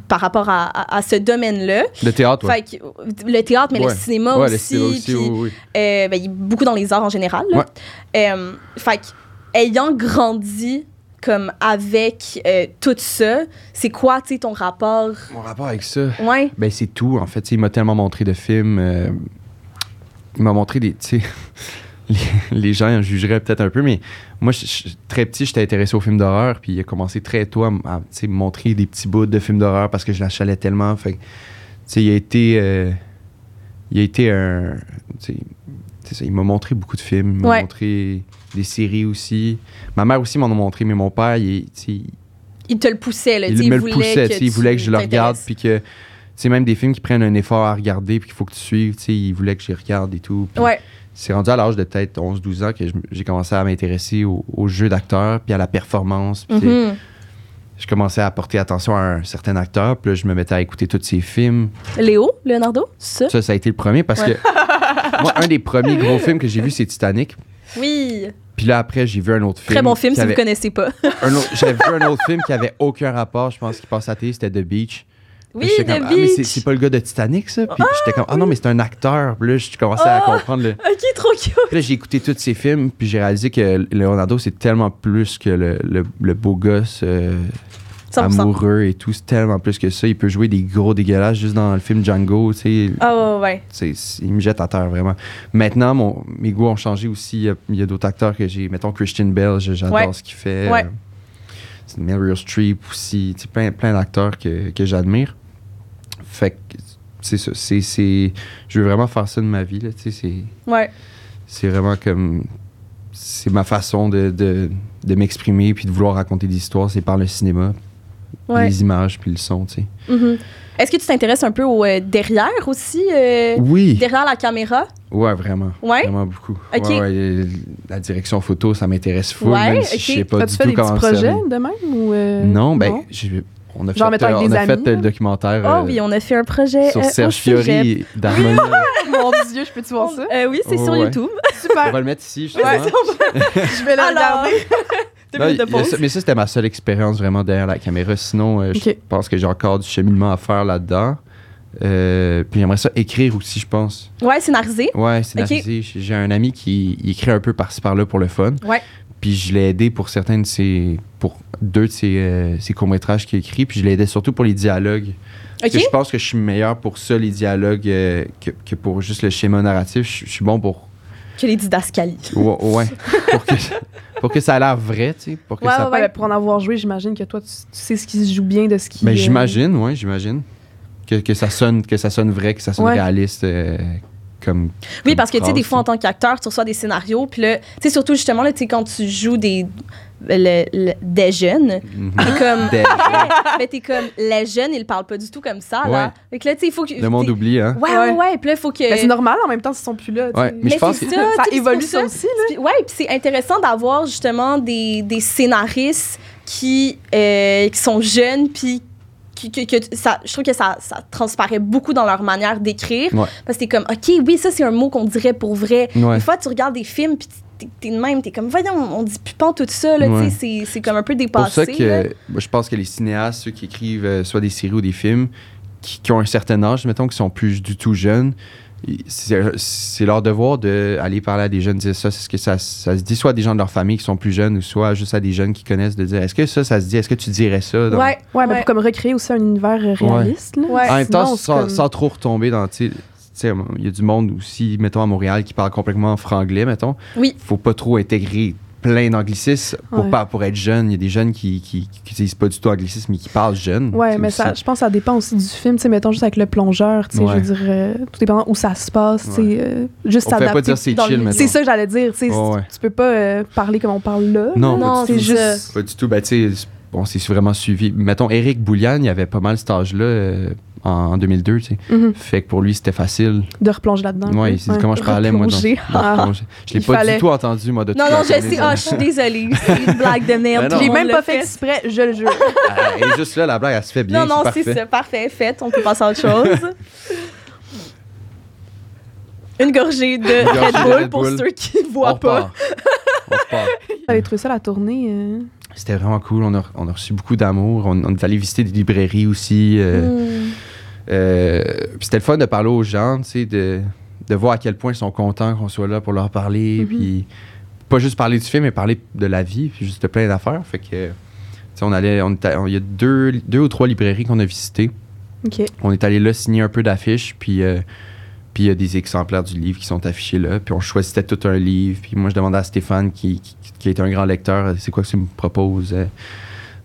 par rapport à, à- à ce domaine-là. Le théâtre, ouais. Fait que, euh, le théâtre, mais le Ouais. cinéma Ouais, aussi. le cinéma aussi, puis- oui, oui. euh, ben, il est beaucoup dans les arts en général. là. Euh, fait que, ayant grandi comme avec euh, tout ça, c'est quoi, tu sais, ton rapport? Mon rapport avec ça, Ouais. ben c'est tout, en fait. Tu sais, il m'a tellement montré de films. euh, il m'a montré des. Tu sais, les, les gens en jugeraient peut-être un peu, mais moi, je- je- très petit, j'étais intéressé aux films d'horreur, puis il a commencé très tôt à, m- à, tu sais, me montrer des petits bouts de films d'horreur parce que je l'achalais tellement. Fait que, tu sais, il a été. euh, il a été un. Tu sais, c'est ça, il m'a montré beaucoup de films, il m'a Ouais. montré des séries aussi. Ma mère aussi m'en a montré, mais mon père, il, est- tu sais, Il te le poussait, là. Ben, tu sais, il me le voulait poussait, tu sais, il tu voulait que je le regarde, t'intéresses. puis que, tu sais, même des films qui prennent un effort à regarder, puis qu'il faut que tu suives, tu sais, il voulait que j'y regarde et tout. puis Ouais, C'est rendu à l'âge de peut-être 11-12 ans que je- j'ai commencé à m'intéresser au, au jeu d'acteur, puis à la performance, puis tu sais, mhm. je commençais à porter attention à un certain acteur, puis là, je me mettais à écouter tous ses films. Léo, Leonardo, ça? Ça, ça a été le premier, parce Ouais. que, moi, un des premiers gros films que j'ai vu, c'est Titanic. Oui. Puis là, après, j'ai vu un autre film. Très bon film qui si vous avait- connaissez pas. un autre- J'avais vu un autre film qui avait aucun rapport, je pense, qui passe à la télé, c'était The Beach. Oui, Puis The j'étais comme, Ah, mais c'est- c'est Beach. pas le gars de Titanic, ça? Puis j'étais comme, ah non, mais c'est un acteur. Puis là, je commençais à Ah! comprendre. Le... Ok, trop cute. Puis là, j'ai écouté tous ses films, puis j'ai réalisé que Leonardo, c'est tellement plus que le, le- le beau gosse euh, 100%. amoureux et tout. C'est tellement plus que ça. Il peut jouer des gros dégueulasses juste dans le film Django, tu sais. Ah ouais, ouais, ouais. C'est- c'est- il me jette à terre vraiment. Maintenant, mon, mes goûts ont changé aussi. Il y a, il y a d'autres acteurs que j'ai. Mettons Christian Bell, je- j'adore Ouais. ce qu'il fait. Ouais. Euh, c'est Meryl Streep aussi. Tu sais, plein, plein d'acteurs que, que j'admire. Fait que c'est ça. c'est- c'est- je veux vraiment faire ça de ma vie. là, tu sais, c'est, ouais. c'est vraiment comme. C'est ma façon de, de- de m'exprimer puis de vouloir raconter des histoires. C'est par le cinéma, ouais. les images puis le son. tu sais. Mhm. Est-ce que tu t'intéresses un peu au euh, derrière aussi? euh, Oui! Euh, Derrière la caméra? Ouais, vraiment. Ouais? Vraiment beaucoup. Ok. Ouais, ouais, euh, la direction photo, ça m'intéresse fou, Ouais, même si je ok. sais pas As-tu du fait tout des petits comment ça projets de même ou euh, Non, ben, j'ai- on a, Genre, fait, mettons, euh, avec on des a fait amis, euh, là. le documentaire Oh euh, oui, on a fait un projet sur euh, au Serge cégep. Fiori d'Harmonie. Mon Dieu, je peux-tu voir ça? Euh, oui, c'est sur Ouais. YouTube. on Super, va le mettre ici, justement. je vais le Alors, regarder. deux Non, minutes de il y a pause. ça- mais ça, c'était ma seule expérience vraiment derrière la caméra. Sinon, euh, Ok. je pense que j'ai encore du cheminement à faire là-dedans. Euh, puis j'aimerais ça écrire aussi, je pense. Ouais, scénarisé. Ouais, c'est Ok. narcisé. J'ai- J'ai un ami qui il écrit un peu par-ci par-là pour le fun. Ouais. Puis je l'ai aidé pour certains de ses. pour deux de ses, euh, ses courts-métrages qu'il écrit. Puis je l'ai aidé surtout pour les dialogues. Parce OK. que je pense que je suis meilleur pour ça, les dialogues, euh, que, que pour juste le schéma narratif. Je, je suis bon pour. Que les didascalies. Ouais. ouais. pour, que, pour que ça a l'air vrai, tu sais. Pour que Ouais, ça. ouais, ouais. Ouais, ben, pour en avoir joué, j'imagine que toi, tu, tu sais ce qui se joue bien de ce qui. Ben, euh, j'imagine, ouais, j'imagine. Que, que ça sonne, que ça sonne vrai, que ça sonne Ouais. réaliste. euh, comme, Oui, comme parce que, tu sais, des phrase, fois, en tant qu'acteur, tu reçois des scénarios. Puis là, tu sais, surtout, justement, là, tu sais, quand tu joues des. le- le- des jeunes, Mhm. t'es comme. Des- Ouais, mais t'es comme. Les jeunes, ils parlent pas du tout comme ça, là. Ouais. Fait que là, tu sais, il faut que. Le monde t'es- oublie, hein. Ouais, ouais, ouais. Puis là, il faut que. ben, c'est normal en même temps, s'ils sont plus là. tu Ouais, sais. mais je pense c'est que- ça, ça tu sais, évolue c'est pour ça aussi, là. Puis- ouais, puis c'est intéressant d'avoir justement des, des scénaristes qui, euh, qui sont jeunes, puis qui, que- que ça, je trouve que ça, ça transparaît beaucoup dans leur manière d'écrire. Ouais. Parce que t'es comme, OK, oui, ça, c'est un mot qu'on dirait pour vrai. Ouais. Des fois, tu regardes des films, puis t'es- t'es de même, t'es comme, voyons, on dit pupant tout ça, là, Ouais. tu sais, c'est- c'est comme un peu pour dépassé. ça que là. moi, je pense que les cinéastes, ceux qui écrivent euh, soit des séries ou des films, qui, qui ont un certain âge, mettons, qui sont plus du tout jeunes, ils- c'est euh, c'est leur devoir d'aller parler à des jeunes, dire ça, c'est ce que ça, ça se dit, soit à des gens de leur famille qui sont plus jeunes, ou soit juste à des jeunes qui connaissent, de dire est-ce que ça, ça se dit, est-ce que tu dirais ça dans- Ouais, Ouais, mais ouais. pour comme recréer aussi un univers euh, réaliste. là. Ouais. En même temps, Sinon, c'est sans, comme- sans trop retomber dans. tu sais, tu sais, Il y a du monde aussi, mettons, à Montréal qui parle complètement en franglais, mettons. Oui. Faut pas trop intégrer plein d'anglicismes pour, Ouais. pas- pour être jeune. Il y a des jeunes qui qui qui utilisent pas du tout anglicisme mais qui parlent jeune. Ouais, C'est mais aussi- ça, je pense que ça dépend aussi du film. Tu sais, mettons juste avec le plongeur, tu sais, je Ouais. veux dire, euh, tout dépendant où ça se passe, tu sais, Ouais. euh, juste On fait pas s'adapter. dire c'est dans le chill, milieu. mettons. C'est ça que j'allais dire, tu sais, Ouais, ouais. tu peux pas euh, parler comme on parle là. Non, là. Non, c'est c'est juste. Pas du tout. Ben, tu sais, on s'est vraiment suivi. Mettons, Eric Boulian, il avait pas mal cet âge-là. euh, en 2002, tu sais. Mhm. Fait que pour lui, c'était facile. De replonger là-dedans. Moi, il s'est dit comment je parlais, moi. Dans, Replonger. Ah. dans- dans- je je l'ai Il pas fallait- du tout entendu, moi, de Ah, Non, tout non, le je temps, sais. les Ah, amis. je suis désolée. C'est une blague de merde. Ben Tout non. le J'ai monde même l'a pas fait exprès, je le jure. Ah, Et juste là, la blague, elle se fait bien. Non, non, parfait. c'est ça. Parfait, fait. On peut passer à autre chose. Une gorgée de Une gorgée Red de Bull, Red pour Bull. ceux qui On voient pas. repart. On repart. J'avais trouvé ça la tournée. euh, C'était vraiment cool. On a, on a reçu beaucoup d'amour. On, on est allé visiter des librairies aussi. euh, Mm. Mmh. euh, puis c'était le fun de parler aux gens, tu sais, de, de voir à quel point ils sont contents qu'on soit là pour leur parler. Mhm. Puis pas juste parler du film, mais parler de la vie, puis juste de plein d'affaires. Fait que, tu sais, on allait, on était- on- il y a deux, deux ou trois librairies qu'on a visitées. Ok. On est allé là signer un peu d'affiches, puis euh, puis il y a des exemplaires du livre qui sont affichés là. Puis on choisissait tout un livre. Puis moi, je demandais à Stéphane, qui, qui, qui est un grand lecteur, euh, c'est quoi que tu me proposes euh,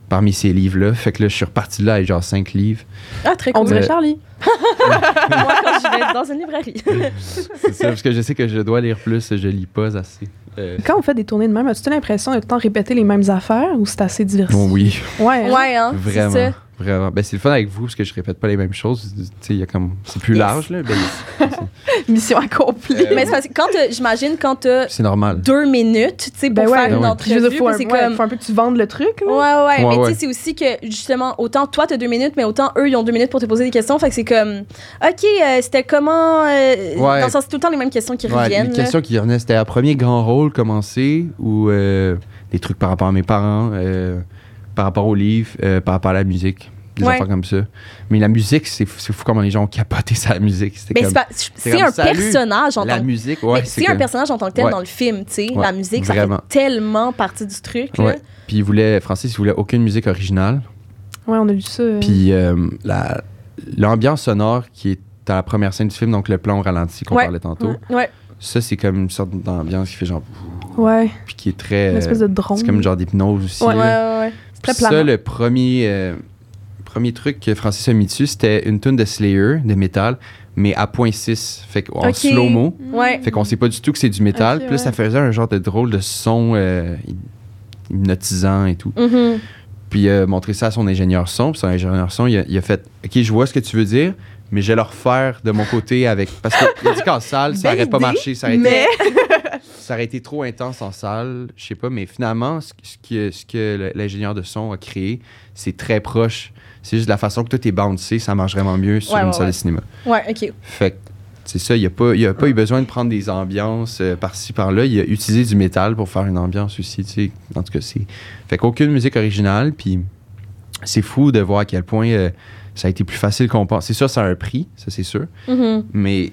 parmi ces livres-là. Fait que là, je suis reparti de là avec genre cinq livres. Ah, très On cool. dirait Euh, Charlie. Moi, quand je vais dans une librairie. C'est ça, parce que je sais que je dois lire plus, je lis pas assez. Euh, Quand on fait des tournées de même, as-tu l'impression de tout le temps répéter les mêmes affaires ou c'est assez diversifié? bon, Euh, oh oui, Ouais. hein? ouais, hein. c'est vraiment. ça. Vraiment. Ben, c'est le fun avec vous parce que je répète pas les mêmes choses. Tu sais, il y a comme. C'est plus Yes. large, là. Ben, Mission accomplie. Euh, Mais c'est parce que quand t'as- j'imagine quand t'as c'est normal. deux minutes, tu sais, pour Ben ouais. faire une Ben ouais. Je veux entrevue, dire, faut, puis un, c'est ouais, comme... faut un peu que tu vendes le truc. Ouais, Là. ouais, Ouais, mais tu ouais. sais, c'est aussi que, justement, autant toi, t'as deux minutes, mais autant eux, ils ont deux minutes pour te poser des questions. Fait que c'est comme, OK, euh, c'était comment. euh, Ouais. Dans le sens, c'est tout le temps les mêmes questions qui Ouais, reviennent. Les là. questions qui revenaient, c'était un premier grand rôle commencé ou euh, des trucs par rapport à mes parents, euh, par rapport au livre, euh, par rapport à la musique, des Ouais. affaires comme ça. Mais la musique, c'est fou, c'est fou comment les gens ont capoté sur la musique. C'était Ben, comme c'est pas- c'est c'est comme, un salut, personnage en la tant que musique, ouais, Mais c'est un comme- personnage en tant que tel Ouais. dans le film, tu sais. Ouais, La musique, vraiment. ça fait tellement partie du truc. là. Mm. Ouais. Puis il voulait, Francis, il voulait aucune musique originale. Ouais, on a vu ça. euh, Puis euh, la- l'ambiance sonore qui est à la première scène du film, donc le plan au ralenti qu'on Ouais. parlait tantôt, Ouais. ça c'est comme une sorte d'ambiance qui fait genre, euh, Ouais, puis qui est très, une espèce de euh, drone. c'est comme genre d'hypnose aussi. Ouais, Ouais, là. Ah, ouais, ouais. Très Puis ça, planant. le premier, euh, premier truc que Francis a mis dessus, c'était une tune de Slayer, de métal, mais à 0.6, fait qu'en Ok. slow-mo. Ouais. Fait qu'on sait pas du tout que c'est du métal. Ok, Puis là, ça faisait un genre de drôle de son euh, hypnotisant et tout. Mhm. Puis il a montré ça à son ingénieur son. Puis son ingénieur son, il a, il a fait OK, je vois ce que tu veux dire, mais je vais le refaire de mon côté avec. Parce qu'il a dit qu'en salle, ça Belle aurait pas idée, marché. Ça aurait, été, Mais ça aurait été trop intense en salle. Je sais pas, mais finalement, ce, que- ce que, ce que le- l'ingénieur de son a créé, c'est très proche. C'est juste la façon que tout est bouncé, ça marche vraiment mieux sur Ouais, une ouais, salle ouais. de cinéma. ouais, ok. Fait que, c'est ça, il a pas, il a pas eu besoin de prendre des ambiances euh, par-ci, par-là. Il a utilisé du métal pour faire une ambiance aussi, tu sais. En tout cas, c'est... Fait qu'aucune musique originale, puis c'est fou de voir à quel point euh, ça a été plus facile qu'on pense. C'est sûr, ça a un prix, ça c'est sûr, Mhm. mais...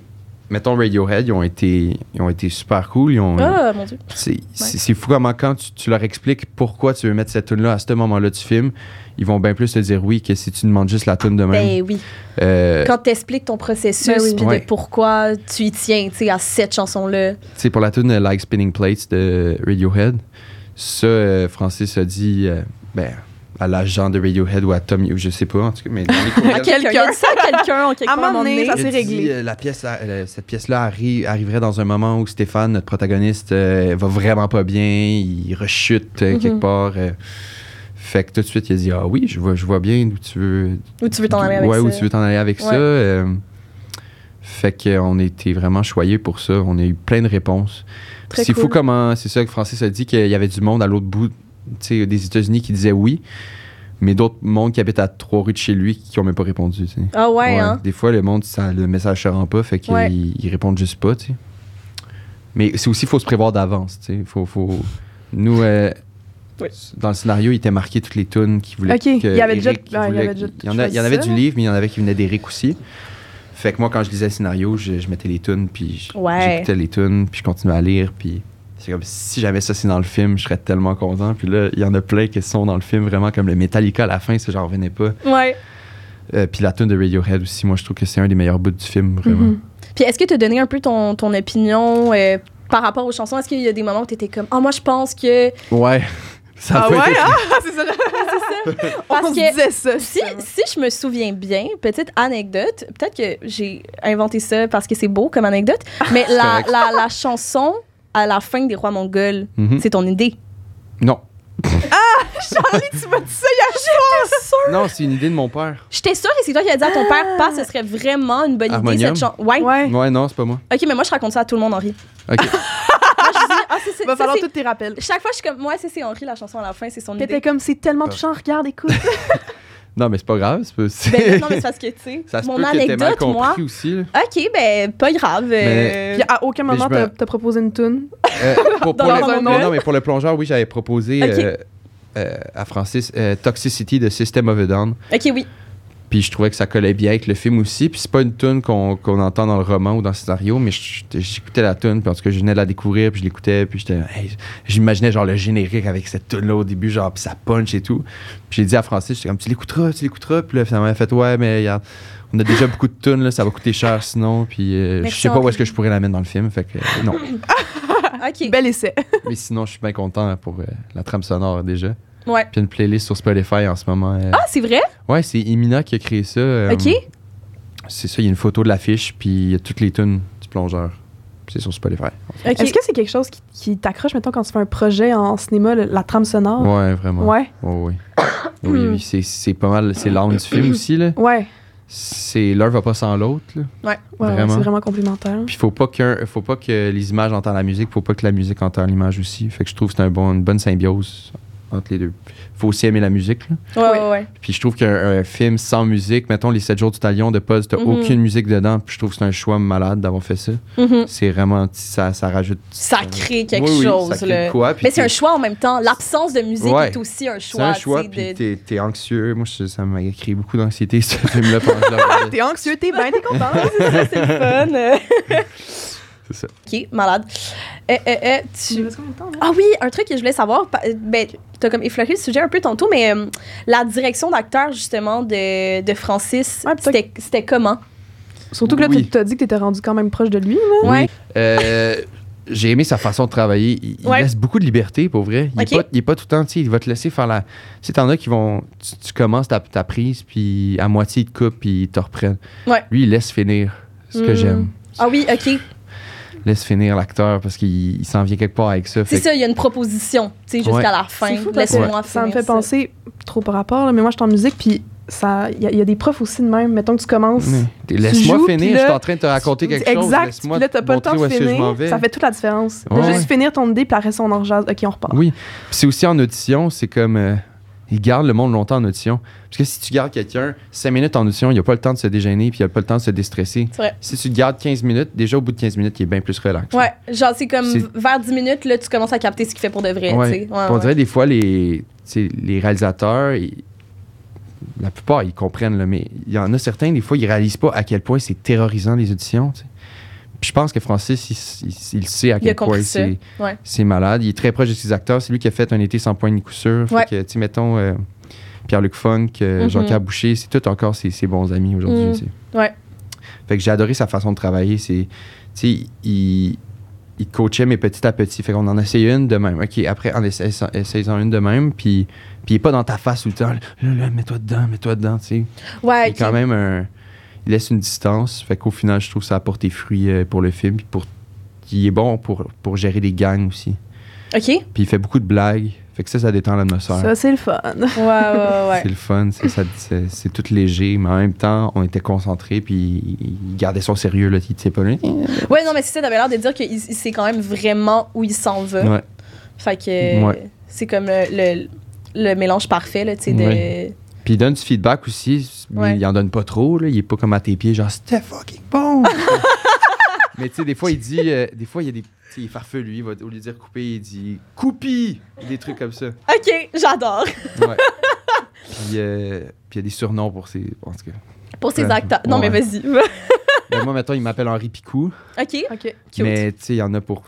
Mettons Radiohead, ils ont été, ils ont été super cool. Ils ont, Ah, mon dieu. c'est, c'est- c'est fou comment quand tu, tu leur expliques pourquoi tu veux mettre cette tune là à ce moment-là du film, ils vont bien plus te dire oui que si tu demandes juste la tune de même. Ben oui. Euh, Quand t'expliques ton processus, Ben oui. puis Ouais. de pourquoi tu y tiens, tu sais, à cette chanson-là. C'est pour la tune euh, Like Spinning Plates de Radiohead. Ça, euh, Francis a dit euh, ben, à l'agent de Radiohead ou à Tom, ou je sais pas en tout cas, mais dans les courriels, À quelqu'un. Il a dit ça à quelqu'un, en quelque À part, à un moment donné. ça il a s'est dit, réglé. euh, la pièce, euh, cette pièce-là arri- arriverait dans un moment où Stéphane, notre protagoniste, euh, va vraiment pas bien, il rechute euh, Mhm. quelque part. euh. fait que tout de suite, il a dit Ah oui, je vois, je vois bien d'où tu veux, Où tu veux t'en aller avec ouais, ça. où tu veux t'en aller avec Ouais. ça. euh, fait qu'on était vraiment choyés pour ça. On a eu plein de réponses. Très C'est cool. fou comment, c'est ça que Francis a dit, qu'il y avait du monde à l'autre bout tu sais, des États-Unis qui disaient oui, mais d'autres mondes qui habitent à trois rues de chez lui qui n'ont même pas répondu. tu sais. Ah ouais, Ouais. hein. Des fois, le monde, ça, le message ne rend pas, fait qu'ils Ouais. ils répondent juste pas. tu sais. Mais c'est aussi, il faut se prévoir d'avance. tu sais. Faut, faut... Nous, euh, Oui. dans le scénario, il était marqué toutes les tunes qui voulaient. Ok, que il y avait déjà- Eric ouais, il y voulait- avait déjà il y en a- il y en avait choisi du ça. livre, mais il y en avait qui venaient d'Eric aussi. Fait que moi, quand je lisais le scénario, je, je mettais les tunes, puis je- Ouais. j'écoutais les tunes, puis je continuais à lire, puis c'est comme si jamais ça c'est dans le film, je serais tellement content. Puis là, il y en a plein qui sont dans le film, vraiment comme le Metallica à la fin, ça j'en revenais pas. Ouais. Euh, puis la tune de Radiohead aussi, moi je trouve que c'est un des meilleurs bouts du film, vraiment. Mhm. Puis est-ce que tu as donné un peu ton, ton opinion euh, par rapport aux chansons? Est-ce qu'il y a des moments où tu étais comme, ah, moi, je pense que. Ouais. Ça a Ah pas ouais, été- hein? ah, c'est ça. Parce on se que- disait ça. Si, si je me souviens bien, petite anecdote, peut-être que j'ai inventé ça parce que c'est beau comme anecdote, mais la, correct. la, la chanson à la fin des Rois Mongols, Mhm. c'est ton idée. Non. Charlie, tu m'as dit ça il y a Non, c'est une idée de mon père. J'étais sûre que c'est toi qui as dit à ton père, pas, ce serait vraiment une bonne idée, Ah! Harmonium? cette chanson. Ouais. Ouais. Ouais, non, c'est pas moi. Ok, mais moi, je raconte ça à tout le monde, Henri. Ok. Moi, je dis, ah, c'est- c'est- Il va ça, falloir c'est- tous tes rappels. Chaque fois, je suis comme, moi, c'est c'est Henri, la chanson à la fin, c'est son idée. T'étais comme, c'est tellement touchant, regarde, écoute. Non, mais c'est pas grave. C'est pas... Ben, non, mais c'est parce que, tu sais, ça se mon peut que t'aies mal anecdote, compris moi. aussi. là. Ok, ben, pas grave. Mais- euh, Puis à aucun Mais moment, je me- t'as t'as proposé une toune. Euh, pour, pour Dans le- un mais autre. non, mais pour le plongeur, oui, j'avais proposé Ok. euh, euh, à Francis euh, Toxicity de System of a Down. Ok, oui. Puis je trouvais que ça collait bien avec le film aussi. Puis c'est pas une tune qu'on qu'on entend dans le roman ou dans le scénario, mais je- j'écoutais la tune. Puis en tout cas, je venais de la découvrir, puis je l'écoutais. Puis j'étais, hey, j'imaginais genre le générique avec cette tune-là au début, genre, puis ça punch et tout. Puis j'ai dit à Francis, j'étais comme, tu l'écouteras, tu l'écouteras. Puis là, finalement, elle a fait, ouais, mais regarde, on a déjà beaucoup de tunes, là, ça va coûter cher sinon. Puis euh, je Merci, sais pas où Henri. est-ce que je pourrais la mettre dans le film. Fait que euh, non. Ok. Bel essai. Mais sinon, je suis bien content pour euh, la trame sonore déjà. Ouais. Puis une playlist sur Spotify en ce moment. euh. Ah, c'est vrai? Ouais, c'est Imina qui a créé ça. euh, Ok. C'est ça, il y a une photo de l'affiche, puis il y a toutes les tunes du plongeur. Puis C'est sur Spotify. Ok. Est-ce que c'est quelque chose qui, qui t'accroche, mettons, quand tu fais un projet en cinéma, le- la trame sonore? Ouais, vraiment. Ah. Ouais. Oh, oui. oui, oui, c'est- c'est pas mal. C'est l'âme du film aussi, là. Ouais. C'est l'un va pas sans l'autre, là. Ouais, ouais, Vraiment. c'est vraiment complémentaire. Puis faut pas qu'un, faut pas que les images entendent la musique, faut pas que la musique entende l'image aussi. Fait que je trouve que c'est un bon, une bonne symbiose entre les deux. Faut aussi aimer la musique, là. Ouais, ouais, ouais. Puis je trouve qu'un un film sans musique, mettons les 7 jours du talion de Puzz, t'as Mhm. aucune musique dedans. Puis je trouve que c'est un choix malade d'avoir fait ça. Mhm. C'est vraiment, ça, ça rajoute. Ça crée quelque Oui, oui, chose. ça crée là. de quoi, puis Mais c'est un t'es- choix en même temps. L'absence de musique Ouais. est aussi un C'est choix. un choix, tu sais, puis de- t'es, t'es anxieux. Moi, je- ça m'a créé beaucoup d'anxiété, ce film-là. pendant que je le regardais. T'es anxieux, t'es bien, t'es content. Ça, c'est le fun. euh. C'est ça. ok, malade. Eh, eh, eh, Tu tu- combien de temps, là? Ah oui, un truc que je voulais savoir, pa- euh, ben, t'as comme effleuré le sujet un peu tantôt, mais euh, la direction d'acteur justement de, de Francis, Ouais, pis t'as- c'était c'était comment? Surtout que là, Oui. tu t'as dit que t'étais rendu quand même proche de lui. Oui. Ouais. Euh, j'ai aimé sa façon de travailler. Il, il Ouais. laisse beaucoup de liberté, pour vrai. Il, Ok. est pas, il est pas tout le temps, tu sais, il va te laisser faire la. Tu sais, t'en as qui vont. Tu, tu commences ta, ta prise, puis à moitié, ils te coupent, puis ils te reprennent. Ouais. Lui, il laisse finir ce que Mm. j'aime. Ah oui, ok. laisse finir l'acteur parce qu'il il s'en vient quelque part avec C'est ça. Fait que- ça, il y a une proposition, tu sais, jusqu'à Ouais. la fin. C'est fou parce que Laisse-moi faire. Ça me fait penser, trop par rapport, là, mais moi, je suis en musique, puis ça- il y, a- il y a des profs aussi de même. Mettons que tu commences. Mm. Laisse-moi joues, puis finir, là, je suis en train de te raconter tu- quelque chose. exact, laisse-moi puis là, t'as pas le montrer temps où de est-ce que je m'en vais. finir. Ça fait toute la différence. De Ouais, juste finir ton idée, puis après ça, on en rejase. OK, on repart. Ah Oui. Puis c'est aussi en audition, c'est comme. euh, ils gardent le monde longtemps en audition. Parce que si tu gardes quelqu'un 5 minutes en audition, il n'y a pas le temps de se déjeuner puis il n'y a pas le temps de se déstresser. C'est vrai. Si tu le gardes 15 minutes, déjà au bout de 15 minutes, il est bien plus relax. Ouais, genre c'est comme C'est- vers 10 minutes, là, tu commences à capter ce qu'il fait pour de vrai, Ouais. tu sais. Ouais, on ouais. dirait des fois, les, tu sais, les réalisateurs, ils- la plupart, ils comprennent, là, mais il y en a certains, des fois, ils réalisent pas à quel point c'est terrorisant les auditions. tu sais. Puis je pense que Francis, il, il- il sait à Il a quel point compris ça. c'est Ouais. c'est malade. Il est très proche de ses acteurs. C'est lui qui a fait Un été sans point ni coup sûr. Fait Ouais. que, tu sais, mettons, euh, Pierre-Luc Funk, euh, Mhm. Jean-Pierre Boucher, c'est tout encore ses, ses bons amis aujourd'hui. Mm. tu sais. Ouais. Fait que j'ai adoré sa façon de travailler. C'est, tu sais, il, il coachait, mais petit à petit. Fait qu'on en essayait une de même. OK, après, en essayant essayant une de même. Puis, puis il est pas dans ta face tout le temps. Là, là, mets-toi dedans, mets-toi dedans, tu sais. Ouais, Il est quand ok. même un- Il laisse une distance. Fait qu'au final, je trouve que ça apporte des fruits euh, pour le film. Puis pour... Il est bon pour, pour gérer des gangs aussi. Ok. Ouais, Puis il fait beaucoup de blagues. Fait que ça, ça détend l'atmosphère. Ça, c'est le fun. ouais, ouais. C'est le fun, c'est, ça- c'est, c'est tout léger, mais en même temps, on était concentrés, puis il il gardait son sérieux, là, il était pas là. Ouais, non, mais c'est ça, t'avais l'air de dire qu'il il sait quand même vraiment où il s'en va. Ouais. Fait que Ouais. c'est comme le, le, le mélange parfait, là, tu sais, Puis il donne du feedback aussi, mais Ouais. il en donne pas trop, là, il est pas comme à tes pieds, genre « c'était fucking bon! » Mais tu sais, des fois, il dit, euh, des fois, il y a des... tu sais, Il est farfelu, il va, au lieu de dire couper, il dit coupi! Des trucs comme ça. de... OK, j'adore. Ouais. puis euh, puis il y a des surnoms pour ces. En tout cas. Pour ces Ouais. acteurs. Non, mais Ouais. vas-y. Ben, moi, maintenant, il m'appelle Henri Picou. OK, OK. cute. Mais tu sais, il y en a pour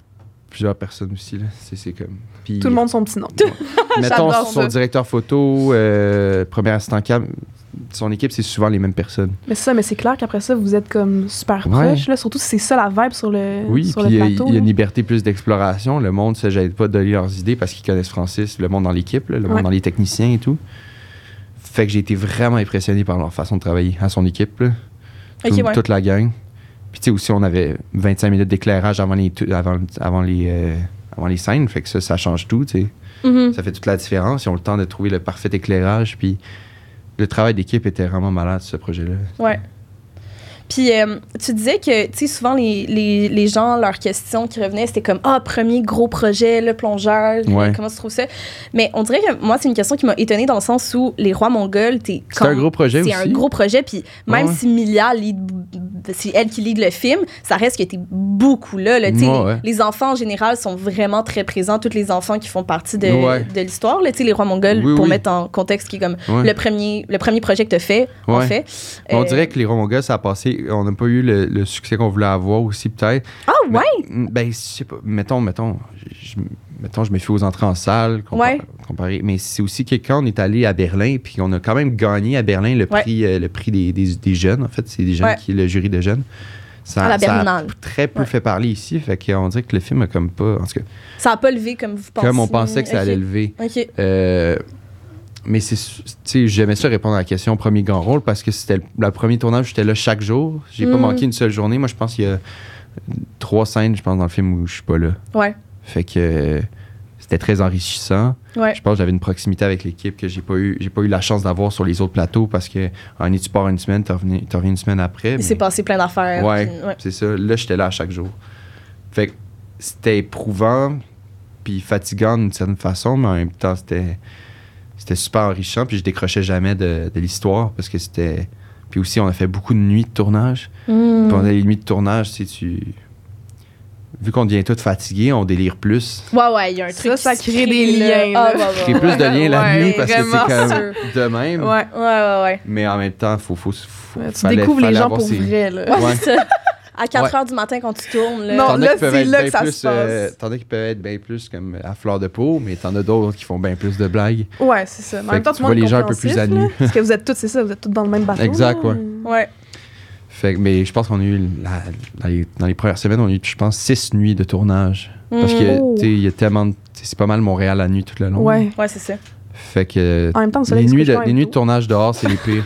plusieurs personnes aussi. Là. C'est, c'est comme. Puis, Tout le monde son petit nom. Ouais. Mettons J'adore son ça. directeur photo, euh, premier assistant cam, son équipe, c'est souvent les mêmes personnes. Mais ça, mais c'est clair qu'après ça, vous êtes comme super Ouais. proches. Là, surtout si c'est ça la vibe sur le, Oui, Euh, sur puis le il y a- plateau. il y a là. une liberté plus d'exploration. Le monde se gêne pas de donner leurs idées parce qu'ils connaissent Francis, le monde dans l'équipe, là, le Ouais. monde dans les techniciens et tout. Fait que j'ai été vraiment impressionné par leur façon de travailler à son équipe, là. OK, Tout- ouais. toute la gang. Puis tu sais aussi on avait 25 minutes d'éclairage avant les tu- avant, avant les euh, avant les scènes, fait que ça ça change tout, tu sais. Mhm. Ça fait toute la différence. Ils ont le temps de trouver le parfait éclairage. Puis le travail d'équipe était vraiment malade, ce projet-là. Ouais. Puis euh, tu disais que, tu sais, souvent les, les, les gens, leurs questions qui revenaient, c'était comme Ah, premier gros projet, le plongeur, Ouais. comment tu trouves ça? Mais on dirait que moi, c'est une question qui m'a étonnée dans le sens où les rois mongols, t'es C'est un gros projet aussi. C'est un gros projet, puis même Ouais. si Milia, lead- c'est elle qui lead le film, ça reste que t'es beaucoup là. là, tu sais, Ouais, ouais. Les enfants, en général, sont vraiment très présents, tous les enfants qui font partie de, Ouais. de l'histoire. là, tu sais, Les rois mongols, Oui, pour oui. mettre en contexte, qui est comme Ouais. le, premier, le premier projet que t'as fait, en Ouais. fait. On Euh, dirait que les Romongas, ça a passé. On n'a pas eu le, le succès qu'on voulait avoir aussi, peut-être. Ah Mais- ouais? Ben, je sais pas. Mettons, mettons, je, je- mettons, je me fie aux entrées en salle. compa- Ouais. comparé. Mais c'est aussi que quand on est allé à Berlin, puis on a quand même gagné à Berlin le Ouais. prix, euh, le prix des, des- des jeunes, en fait. C'est des jeunes Ouais. qui le jury de jeunes. Ça, À Ah, la ça a Berlinale. très peu Ouais. fait parler ici. Fait qu'on dirait que le film a comme pas. En tout cas, Ça n'a pas levé comme vous pensez. comme on pensait que ça Ok. allait lever. OK. Euh, mais c'est su- tu sais, j'aimais ça répondre à la question premier grand rôle parce que c'était le, le premier tournage j'étais là chaque jour j'ai pas Mm. manqué une seule journée moi je pense qu'il y a trois scènes je pense dans le film où je suis pas là Ouais. fait que euh, c'était très enrichissant Ouais. je pense que j'avais une proximité avec l'équipe que j'ai pas eu j'ai pas eu la chance d'avoir sur les autres plateaux parce que en est tu pars une semaine t'en reviens t'en reviens une semaine après Il s'est mais- passé plein d'affaires. Ouais, puis- ouais. c'est ça. Là, j'étais là à chaque jour. Fait que c'était éprouvant, puis fatigant d'une certaine façon, mais en même temps, c'était, c'était super enrichissant, puis je décrochais jamais de, de l'histoire parce que c'était. Puis aussi, on a fait beaucoup de nuits de tournage. Mm. Hmm. Puis pendant les nuits de tournage, tu sais, tu. Vu qu'on devient tous fatigués, on délire plus. Ouais, ouais, il y a un Ça, truc. ça qui se crée des là. liens, là. Ah, ouais, J'ai ouais, plus ouais. de liens la Ouais, nuit parce vraiment. que c'est comme de même. Ouais. Ouais, ouais, ouais. Mais en même temps, faut, faut, faut- Ouais, Tu fallait- découvres les fallait gens avoir pour ses- vrai, là. Ouais, Ouais. c'est ça. À 4 Ouais. heures du matin quand tu tournes. Là. Non, T'en as là, qui peuvent c'est être là bien que ça plus, se passe. euh, T'en as qui peuvent être bien plus comme euh, à fleur de peau, mais t'en as d'autres qui font bien plus de blagues. Ouais, c'est ça. Mais en Fait même temps, que tout le monde est tu vois les gens un peu plus compréhensif, à là. nu. Parce que vous êtes tous, c'est ça, vous êtes tous dans le même bateau. Exact, là. ouais. Ouais. Fait, que- mais je pense qu'on a eu, la- dans, les, dans les premières semaines, on a eu, je pense, six nuits de tournage. Parce Mm. Oh. que, tu sais, il y a tellement. de- tu sais, C'est pas mal Montréal la nuit tout le long. Ouais. Ah, Ouais, c'est ça. Fait que. En même temps, le soleil Les se nuits, couche de, quand les même nuits de tôt. tournage dehors, c'est les pires.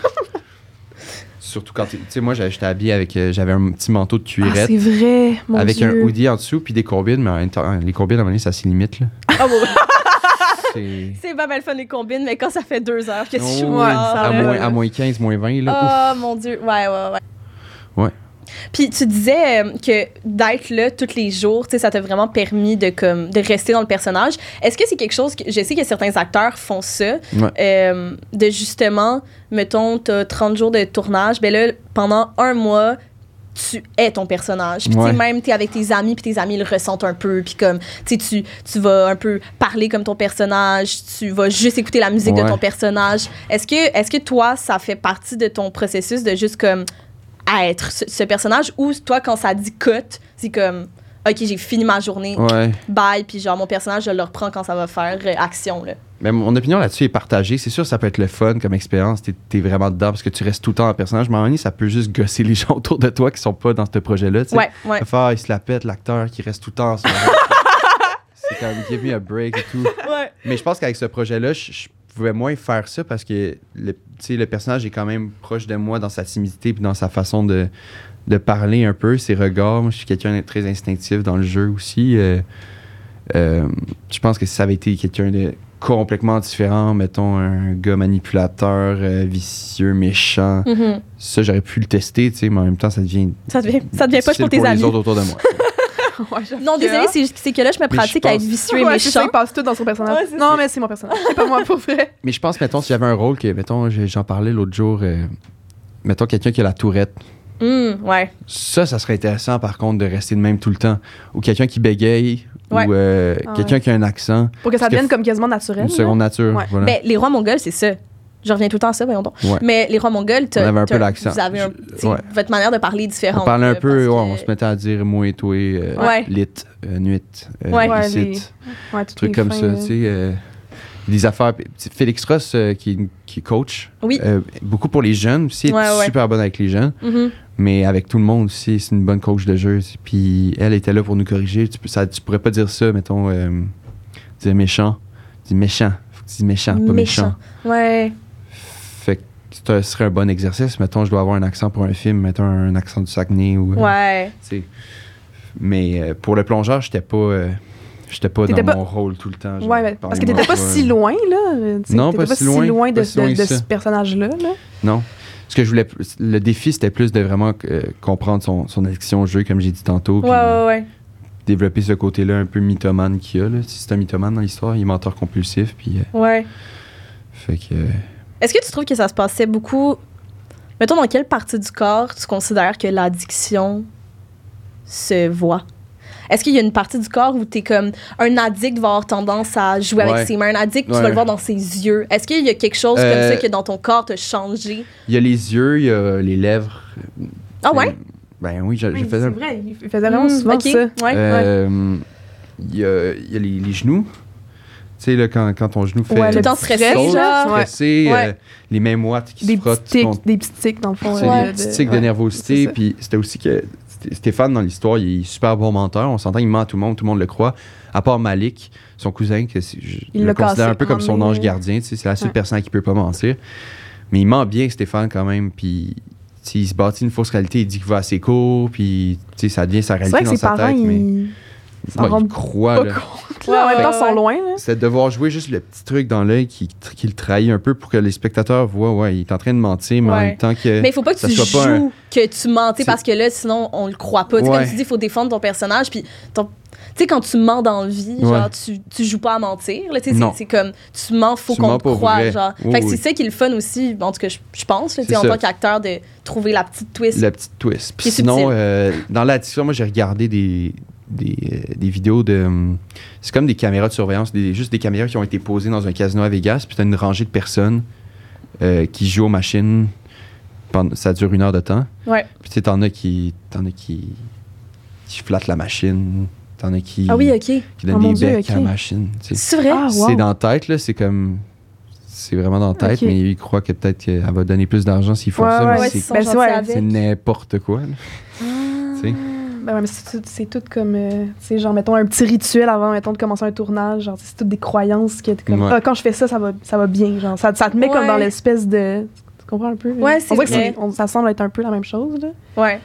Surtout quand. t'es- Tu sais, moi, j'avais- j'étais habillé avec. euh, J'avais un petit manteau de Ah, cuirette. c'est vrai, mon avec Dieu. un hoodie en dessous, puis des courbines, mais en même temps, les courbines, à un moment donné, ça s'y limite, là. Ah, bon. C'est. C'est pas mal fun les combines, mais quand ça fait 2 heures que tu Oh, joues. ouais, ah, ça à, va, là. moins, là. à moins 15, moins 20, là. ouf. Ah, mon Dieu. Ouais, ouais, ouais. Ouais. Puis tu disais euh, que d'être là tous les jours, tu sais, ça t'a vraiment permis de, comme, de rester dans le personnage. Est-ce que c'est quelque chose que. Je sais que certains acteurs font ça, Ouais. euh, de justement, mettons, t'as 30 jours de tournage, ben là, pendant un mois, tu es ton personnage. Puis tu sais, Ouais. même t'es avec tes amis, puis tes amis le ressentent un peu. Puis comme, tu sais, tu- tu vas un peu parler comme ton personnage, tu vas juste écouter la musique de Ouais. ton personnage. Est-ce que, est-ce que toi, ça fait partie de ton processus de juste comme être ce, ce personnage ou toi, quand ça dit cut, c'est comme, OK, j'ai fini ma journée, Ouais. bye, puis genre mon personnage, je le reprends quand ça va faire euh, action. Là. Mais mon opinion là-dessus est partagée. C'est sûr, ça peut être le fun comme expérience. T'es, t'es vraiment dedans parce que tu restes tout le temps en personnage. Mais à un moment donné, ça peut juste gosser les gens autour de toi qui sont pas dans ce projet-là. tu sais. Ouais, ouais. Ça fait, ah, il se la pète, l'acteur qui reste tout le temps. en son- c'est comme give me a break et tout. ouais. Mais je pense qu'avec ce projet-là, je, je pouvais moins faire ça parce que le, tu sais, le personnage est quand même proche de moi dans sa timidité puis dans sa façon de, de parler un peu, ses regards. Moi, je suis quelqu'un de très instinctif dans le jeu aussi. Euh, euh, je pense que si ça avait été quelqu'un de complètement différent, mettons un gars manipulateur, euh, vicieux, méchant, Mhm. ça, j'aurais pu le tester, tu sais, mais en même temps, ça devient. Ça devient, ça devient pas difficile pour tes amis. les autres autour de moi. Ouais, j'avoue Non, que- désolé, c'est c'est que là, je me je pratique à être pense- vicieux et Ouais, c'est ça, méchant. il passe tout dans son personnage. Ouais, c'est non, mais c'est mon personnage. C'est pas moi pour vrai. Mais je pense, mettons, si j'avais un rôle que, mettons, j'ai- j'en parlais l'autre jour, euh, mettons quelqu'un qui a la tourette. Hum, ouais. Ça, ça serait intéressant, par contre, de rester de même tout le temps. Ou quelqu'un qui bégaye, Ouais. ou euh, Ah quelqu'un qui a un accent, Pour que ça Parce que devienne comme quasiment naturel. une là. seconde nature. Ouais. Voilà. Ben, les rois mongols, c'est ça. Je reviens tout le temps à ça, voyons donc. Ouais. Mais les rois mongols, t'as- On avait un peu t'as- l'accent. Vous avez un, Je- t'sais, ouais. votre manière de parler est différente. on parlait un là, peu, parce ouais, que- on se mettait à dire moi et toi, euh, Ouais. lit, euh, nuit, euh, Ouais. Ouais, icit, les- Ouais, des trucs comme ça, tu sais. euh, des affaires. Puis, tu sais, Félix Ross, euh, qui, est- qui est coach, Oui. euh, beaucoup pour les jeunes aussi, elle est Ouais, ouais. super bonne avec les jeunes. Mhm. mais avec tout le monde aussi, c'est une bonne coach de jeu. Puis elle était là pour nous corriger. Tu, peux- ça, tu pourrais pas dire ça, mettons, euh, dire méchant. Dis méchant. Faut que tu dis méchant, pas méchant. Méchant. Ouais. Fait que ce serait un bon exercice. Mettons, je dois avoir un accent pour un film, mettons un accent du Saguenay ou. euh, Ouais. tu sais. Mais euh, pour le plongeur, j'étais pas. euh, J'étais pas T'étais dans pas- mon rôle tout le temps. genre, Ouais, mais- parce que t'étais parlez-moi pas si loin, là. euh, t'sais, Non, t'étais pas si loin, de, pas si loin de- que de ça. ce personnage-là. là. Non. Ce que je voulais, plus- le défi, c'était plus de vraiment euh, comprendre son, son addiction au jeu, comme j'ai dit tantôt, puis ouais. développer ce côté-là un peu mythomane qu'il y a. Là. Si c'est un mythomane dans l'histoire, il est menteur compulsif, puis euh, ouais. fait que euh, Est-ce que tu trouves que ça se passait beaucoup. Mettons, dans quelle partie du corps tu considères que l'addiction se voit? Est-ce qu'il y a une partie du corps où tu es comme. Un addict va avoir tendance à jouer Ouais. avec ses mains, un addict, tu Ouais. vas le voir dans ses yeux. Est-ce qu'il y a quelque chose Euh, comme ça que dans ton corps t'a changé? il y a les yeux, il y a les lèvres. Ah ouais? Ben oui, je, je faisais. c'est vrai, il faisait vraiment Hmm, souvent ok. ça. Ouais, ouais. Euh, Il y a, il y a les, les genoux. Tu sais, là, quand, quand ton genou fait. Ouais, Tout le temps saute, stressé, saute, genre. ouais. stressé, Ouais. euh, les mêmes moites qui Des petits se frottent. sur tics, des petits tics, dans le fond. C'est euh, des petits tics de ouais. c'est nervosité. ça. Puis c'était aussi que Sté- Stéphane, dans l'histoire, il est super bon menteur. On s'entend, il ment à tout le monde, tout le monde le croit. À part Malik, son cousin, que c'est- je Il je l'a le considère cassé un peu comme en son mille. ange gardien. tu sais, C'est la seule Ouais. personne à qui peut pas mentir. Mais il ment bien, Stéphane, quand même. Puis tu sais, il se bâtit une fausse réalité. Il dit qu'il va à ses cours. Puis tu sais, ça devient sa C'est réalité vrai que dans ses sa parents, tête. Mais ils s'en Ouais, il rendent croit. pas là. compte. là. En Ouais, même temps, ils ouais. sont loin. là. C'est de devoir jouer juste le petit truc dans l'œil qui, qui le trahit un peu pour que les spectateurs voient, ouais, il est en train de mentir, mais en Ouais. même temps que. Mais il faut pas que ça tu joues soit pas un- que tu mens, tu sais, C'est- parce que là, sinon, on le croit pas. Tu sais, Ouais. Comme tu dis, il faut défendre ton personnage. Puis, ton... tu sais, quand tu mens dans la vie, Ouais. genre, tu, tu joues pas à mentir. là, tu sais, c'est- Non. c'est comme, tu mens, faut Tu qu'on mens te pour croie. vrai. Genre. Oui, fait que oui. c'est ça qui est le fun aussi, en tout cas, je, je pense, là, tu sais, C'est en ça. tant qu'acteur, de trouver la petite twist. La petite twist. Qui Puis est sinon, subtil. euh, dans l'addiction, moi, j'ai regardé des, des, euh, des vidéos de. hum, C'est comme des caméras de surveillance, des, juste des caméras qui ont été posées dans un casino à Vegas, puis t'as une rangée de personnes euh, qui jouent aux machines. pendant- ça dure une heure de temps. Ouais. Puis tu sais, t'en as qui. T'en as qui. qui flattent la machine. T'en as qui. Ah oui, OK. qui Oh donnent mon des Dieu, becs à la ok. machine. tu sais. C'est vrai? Ah, wow. C'est dans la tête, là. C'est comme. C'est vraiment dans la tête, Ok. mais ils croient que peut-être qu'elle va donner plus d'argent s'ils font Ouais, ça, ouais, mais ouais, c'est, ils sont ben, c'est- gentils ouais, avec. Ah. c'est n'importe quoi. là. Tu sais. Ben ouais, mais c'est tout, c'est tout comme, euh, tu sais, genre, mettons, un petit rituel avant, mettons, de commencer un tournage. Genre, c'est toutes des croyances qui étaient comme, Ouais. ah, quand je fais ça, ça va, ça va bien. Genre, ça, ça te met comme Ouais. dans l'espèce de. Tu comprends un peu? Ouais, euh, c'est on dirait que vrai. on- ça semble être un peu la même chose, là. Ouais.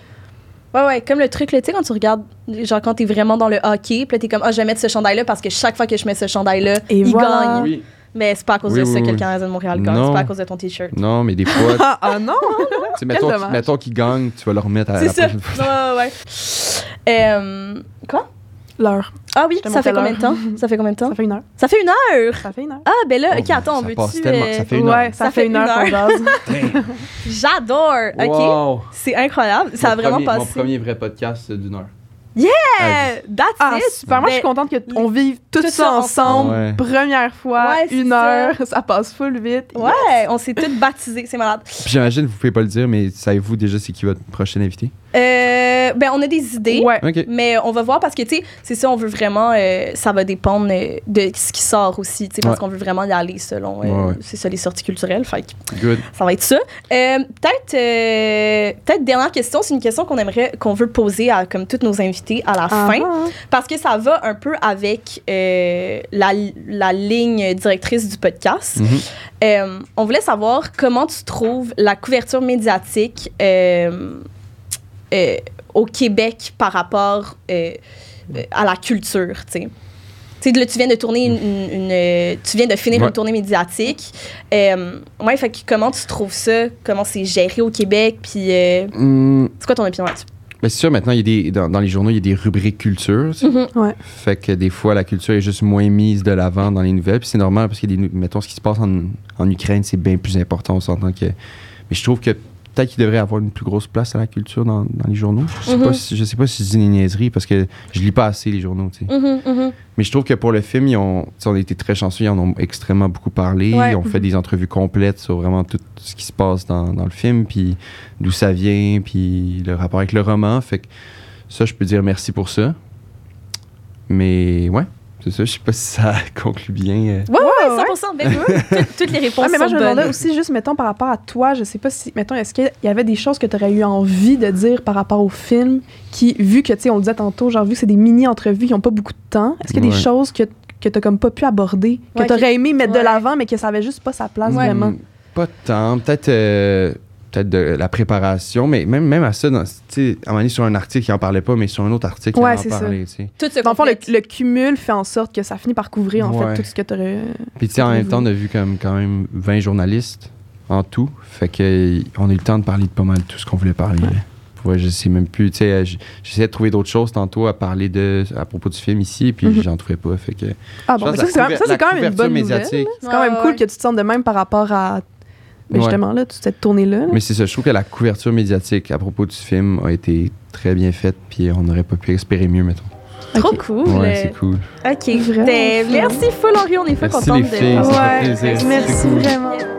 Ouais, ouais, comme le truc, là, tu sais, quand tu regardes, genre, quand t'es vraiment dans le hockey, puis là, t'es comme, ah, je vais mettre ce chandail-là parce que chaque fois que je mets ce chandail-là, Et il voilà. gagne. Mais c'est pas à cause Oui, de oui, ça que oui. le Canadien de Montréal gagne, Non. c'est pas à cause de ton T-shirt. Non, mais des fois, tu Ah, ah non! sais, mettons, dommage. qu'ils- mettons qu'ils gagnent, tu vas leur remettre à C'est Ah, la ça. prochaine fois. Ouais, ouais. Euh, quoi? L'heure. Ah oui, J'étais ça fait montée combien de temps? Ça fait combien de temps? Ça fait une heure. Ça fait une heure! Ça fait une heure. Ah, ben là, Oh, ok, attends, ça veux-tu... passe tellement, euh, ça fait une ouais, heure. ça, fait une heure, qu'on jase. J'adore! Ok, Wow! c'est incroyable, ça Mon a vraiment premier- Mon passé. premier vrai podcast euh, d'une heure. Yeah! Ah, Eh, That's Ah, it! super. Moi, je suis Ben, contente qu'on vive tout, tout ça ça ensemble. ensemble. Ouais. Première fois, Ouais, c'est une ça. heure. Ça passe full vite. Ouais, on s'est toutes baptisées, c'est malade. Puis j'imagine, vous pouvez pas le dire, mais savez-vous déjà c'est qui votre prochain invité? Euh, ben, on a des idées. Ouais. OK. Mais on va voir parce que, tu sais, c'est ça, on veut vraiment. euh, ça va dépendre euh, de ce qui sort aussi, tu sais, parce Ouais. qu'on veut vraiment y aller selon. euh, Ouais, ouais. C'est ça, les sorties culturelles. Fait que Good. ça va être ça. Euh, peut-être, euh, peut-être dernière question, c'est une question qu'on aimerait, qu'on veut poser à comme toutes nos invités à la Ah, fin, ah. parce que ça va un peu avec euh, la, la ligne directrice du podcast. Mhm. Euh, on voulait savoir comment tu trouves la couverture médiatique euh, euh, au Québec par rapport euh, euh, à la culture, tu sais. Tu sais, là, tu viens de tourner une, une- une, euh, tu viens de finir Ouais. une tournée médiatique. Euh, ouais, fait que comment tu trouves ça Comment c'est géré au Québec Puis euh, Hum, c'est quoi ton opinion là-dessus Ben, c'est sûr, maintenant, il y a des, dans, dans les journaux, il y a des rubriques culture. tu sais. Mhm. Ouais. Fait que des fois, la culture est juste moins mise de l'avant dans les nouvelles. Puis c'est normal parce que, des, nou- mettons, ce qui se passe en, en Ukraine, c'est bien plus important. On s'entend que. Mais je trouve que peut-être qu'il devrait avoir une plus grosse place à la culture dans, dans les journaux. Je sais, Mhm. pas si, je sais pas si c'est une niaiserie parce que je lis pas assez les journaux. tu sais. Mm-hmm. Mhm, mhm. Mais je trouve que pour le film, ils ont, tu sais, on a été très chanceux. Ils en ont extrêmement beaucoup parlé. Ouais. Ils ont Mhm. fait des entrevues complètes sur vraiment tout ce qui se passe dans, dans le film, puis d'où ça vient, puis le rapport avec le roman. Fait que ça, je peux dire merci pour ça. Mais ouais, c'est ça. Je sais pas si ça conclut bien. euh. Ouais, ouais, ouais, ouais. 100%. ben, toutes- toutes les réponses Ah, mais moi, je sont me bonnes. demandais aussi, juste, mettons, par rapport à toi, je sais pas si, mettons, est-ce qu'il y avait des choses que tu aurais eu envie de dire par rapport au film qui, vu que, tu sais, on le disait tantôt, genre, vu que c'est des mini-entrevues qui ont pas beaucoup de temps, est-ce qu'il y a des Ouais. choses que, que t'as comme pas pu aborder, que Mm. Ouais, t'aurais aimé mettre ouais. de l'avant, mais que ça avait juste pas sa place, Hmm, vraiment? Pas tant. Peut-être. euh, peut-être de la préparation, mais même, même à ça, dans, tu sais, à un moment donné, sur un article, il en parlait pas, mais sur un autre article, Ouais, il en c'est ça. parlait. tu sais. Tout se Dans le fond, le, complète. le cumul fait en sorte que ça finit par couvrir, en Ouais. fait, tout ce que t'aurais... Puis tu sais, en même temps, on a vu comme, quand même 20 journalistes en tout. Fait que on a eu le temps de parler de pas mal tout ce qu'on voulait parler. là. Ouais, je sais même plus. Tu sais, euh, j- j'essayais de trouver d'autres choses tantôt à parler de à propos du film ici, puis Mhm. j'en trouvais pas. Fait que Ah je bon, pense mais que ça, c'est quand la même- ça, couver- c'est quand la même une couverture bonne nouvelle. médiatique. C'est quand même Ouais, cool ouais. que tu te sentes de même par rapport à ben, Ouais. justement là, toute cette tournée-là. là. Mais c'est ça, je trouve que la couverture médiatique à propos du film a été très bien faite, puis on n'aurait pas pu espérer mieux, mettons. Trop Ok. cool. Ouais, c'est cool. OK. Vraiment Ben, fun. merci, full Henri. On est full Merci contente les filles, de... ça fait Ouais, plaisir. merci C'est cool. vraiment.